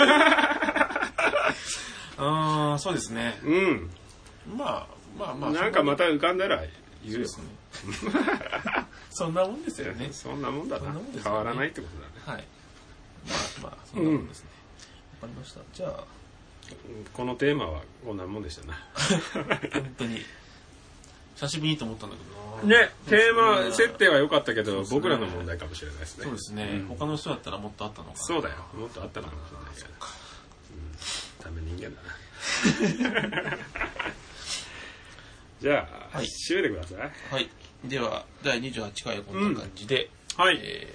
[SPEAKER 2] は。
[SPEAKER 1] ああ、そうですね。
[SPEAKER 2] うん。
[SPEAKER 1] まあ、まあまあ。
[SPEAKER 2] なんかまた浮かんだら
[SPEAKER 1] そんなもん、
[SPEAKER 2] 言うよ。
[SPEAKER 1] そうですね そんなもんですよね。
[SPEAKER 2] そんなもんだ
[SPEAKER 1] そん
[SPEAKER 2] な
[SPEAKER 1] なもんですよね
[SPEAKER 2] 変わらないってことだ
[SPEAKER 1] は
[SPEAKER 2] ね
[SPEAKER 1] い。まあまあ、そんなもんですね。わ、かりました。じゃあ、
[SPEAKER 2] うんこのテーマはこんなもんでしたな
[SPEAKER 1] 本当に、久しぶりにと思ったんだけどな。
[SPEAKER 2] ねテー
[SPEAKER 1] う
[SPEAKER 2] マ
[SPEAKER 1] ん
[SPEAKER 2] 設定は良かったけど
[SPEAKER 1] ですね
[SPEAKER 2] 僕らの問題かもしれないですね
[SPEAKER 1] そうですね、
[SPEAKER 2] ん
[SPEAKER 1] 他の人だったらもっとあったのかな。
[SPEAKER 2] そうだよもっとあったのかもしれないからダメ人間だな じゃあ
[SPEAKER 1] はい
[SPEAKER 2] 締めてください
[SPEAKER 1] はい。では、第28回はこんな感じで、
[SPEAKER 2] はい
[SPEAKER 1] え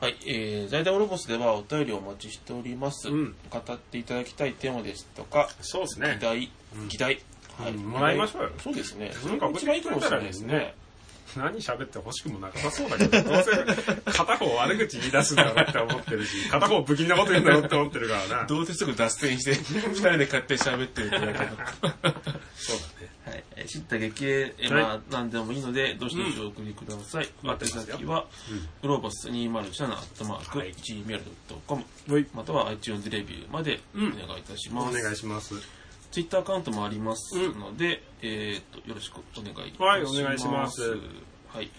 [SPEAKER 1] ーはい、えー、財団オロボスではお便りをお待ちしております。
[SPEAKER 2] うん
[SPEAKER 1] 語っていただきたいテーマですとか、
[SPEAKER 2] そうです
[SPEAKER 1] 議
[SPEAKER 2] ね
[SPEAKER 1] 題、議題、はい
[SPEAKER 2] うんもらいましょうよ
[SPEAKER 1] そうですね。
[SPEAKER 2] なんか
[SPEAKER 1] 一番いいかもしれないですね。
[SPEAKER 2] 何喋ってほしくもなさそうだけど どうせ片方悪口言い出すんだろうって思ってるし片方不気味なこと言うんだろうって思ってるからな
[SPEAKER 1] どうせすぐ脱線して、二人で勝手に喋ってるってだけの。
[SPEAKER 2] そうだね
[SPEAKER 1] はい、えー知った激励、えーまあ、何でもいいので、どうしどしお送りください。
[SPEAKER 2] うん待
[SPEAKER 1] 宛
[SPEAKER 2] ってますよ
[SPEAKER 1] 先は
[SPEAKER 2] うん、
[SPEAKER 1] グローバス2017アットマーク
[SPEAKER 2] はい
[SPEAKER 1] gmail.com、
[SPEAKER 2] はい
[SPEAKER 1] または iTunes レビューまでお
[SPEAKER 2] うん
[SPEAKER 1] 願いいたし
[SPEAKER 2] お
[SPEAKER 1] ます。
[SPEAKER 2] 願いします
[SPEAKER 1] ツイッターアカウントもあります
[SPEAKER 2] うん
[SPEAKER 1] ので、えー、とよろしくお願いいたします。
[SPEAKER 2] はいお願いします
[SPEAKER 1] はい。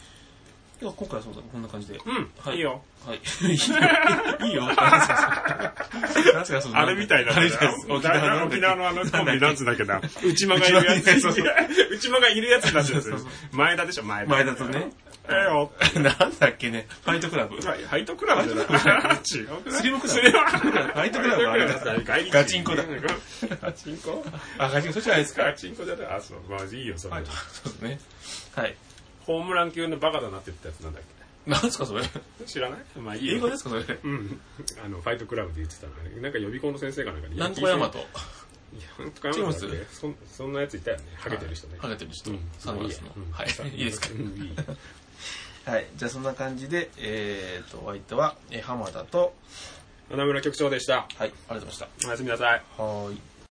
[SPEAKER 1] では今回はそうだこんな感じで。
[SPEAKER 2] うん
[SPEAKER 1] はい。
[SPEAKER 2] いいよ。
[SPEAKER 1] はい。 いいよ。いい よ。何すかその
[SPEAKER 2] あれみたいな。
[SPEAKER 1] あれみたいです。
[SPEAKER 2] 沖縄の。沖縄のあのコンビなんつうんだっけ な。内間がいるやつ。
[SPEAKER 1] そうそう
[SPEAKER 2] 内間がいるやつなんです
[SPEAKER 1] そう
[SPEAKER 2] よ
[SPEAKER 1] そう。
[SPEAKER 2] 前田でしょ、前田。
[SPEAKER 1] 前田とね。
[SPEAKER 2] ええよ。
[SPEAKER 1] なんだっけね。ファイトクラブ。
[SPEAKER 2] はいハイトクラブじゃない。 違うくない
[SPEAKER 1] スリムクラブ
[SPEAKER 2] スリム
[SPEAKER 1] ファイトクラブはあ れだガチンコだ。
[SPEAKER 2] ガチンコ
[SPEAKER 1] あ、ガチンコ、そっちじゃないですか。
[SPEAKER 2] ガチンコじゃない。あ、そう。まあいいよ、それ。
[SPEAKER 1] そうですね。はい。
[SPEAKER 2] ホームラン級のバカだなって言ったやつなんだっ
[SPEAKER 1] なんですか、それ。
[SPEAKER 2] け。知らないまあいい
[SPEAKER 1] 英語
[SPEAKER 2] よ。
[SPEAKER 1] ですか、それ。
[SPEAKER 2] うん。あの、ファイトクラブで言ってたの。なんか予備校の先生かなんかに。
[SPEAKER 1] なんとかヤマト。
[SPEAKER 2] いやなんとかヤマトだっ
[SPEAKER 1] 違い
[SPEAKER 2] け。そんそんなやついたよね。ハゲてる人ね。
[SPEAKER 1] ハゲてる人
[SPEAKER 2] うん。
[SPEAKER 1] サングラスの
[SPEAKER 2] うん。
[SPEAKER 1] はい
[SPEAKER 2] うん。
[SPEAKER 1] いいですか。
[SPEAKER 2] うんいい
[SPEAKER 1] はい。じゃあ、そんな感じで、えーと、お相手は、えー浜田と、
[SPEAKER 2] 花村局長でし
[SPEAKER 1] は
[SPEAKER 2] た。
[SPEAKER 1] い、ありがとうございまし
[SPEAKER 2] おやすみなさい。
[SPEAKER 1] た。はーい。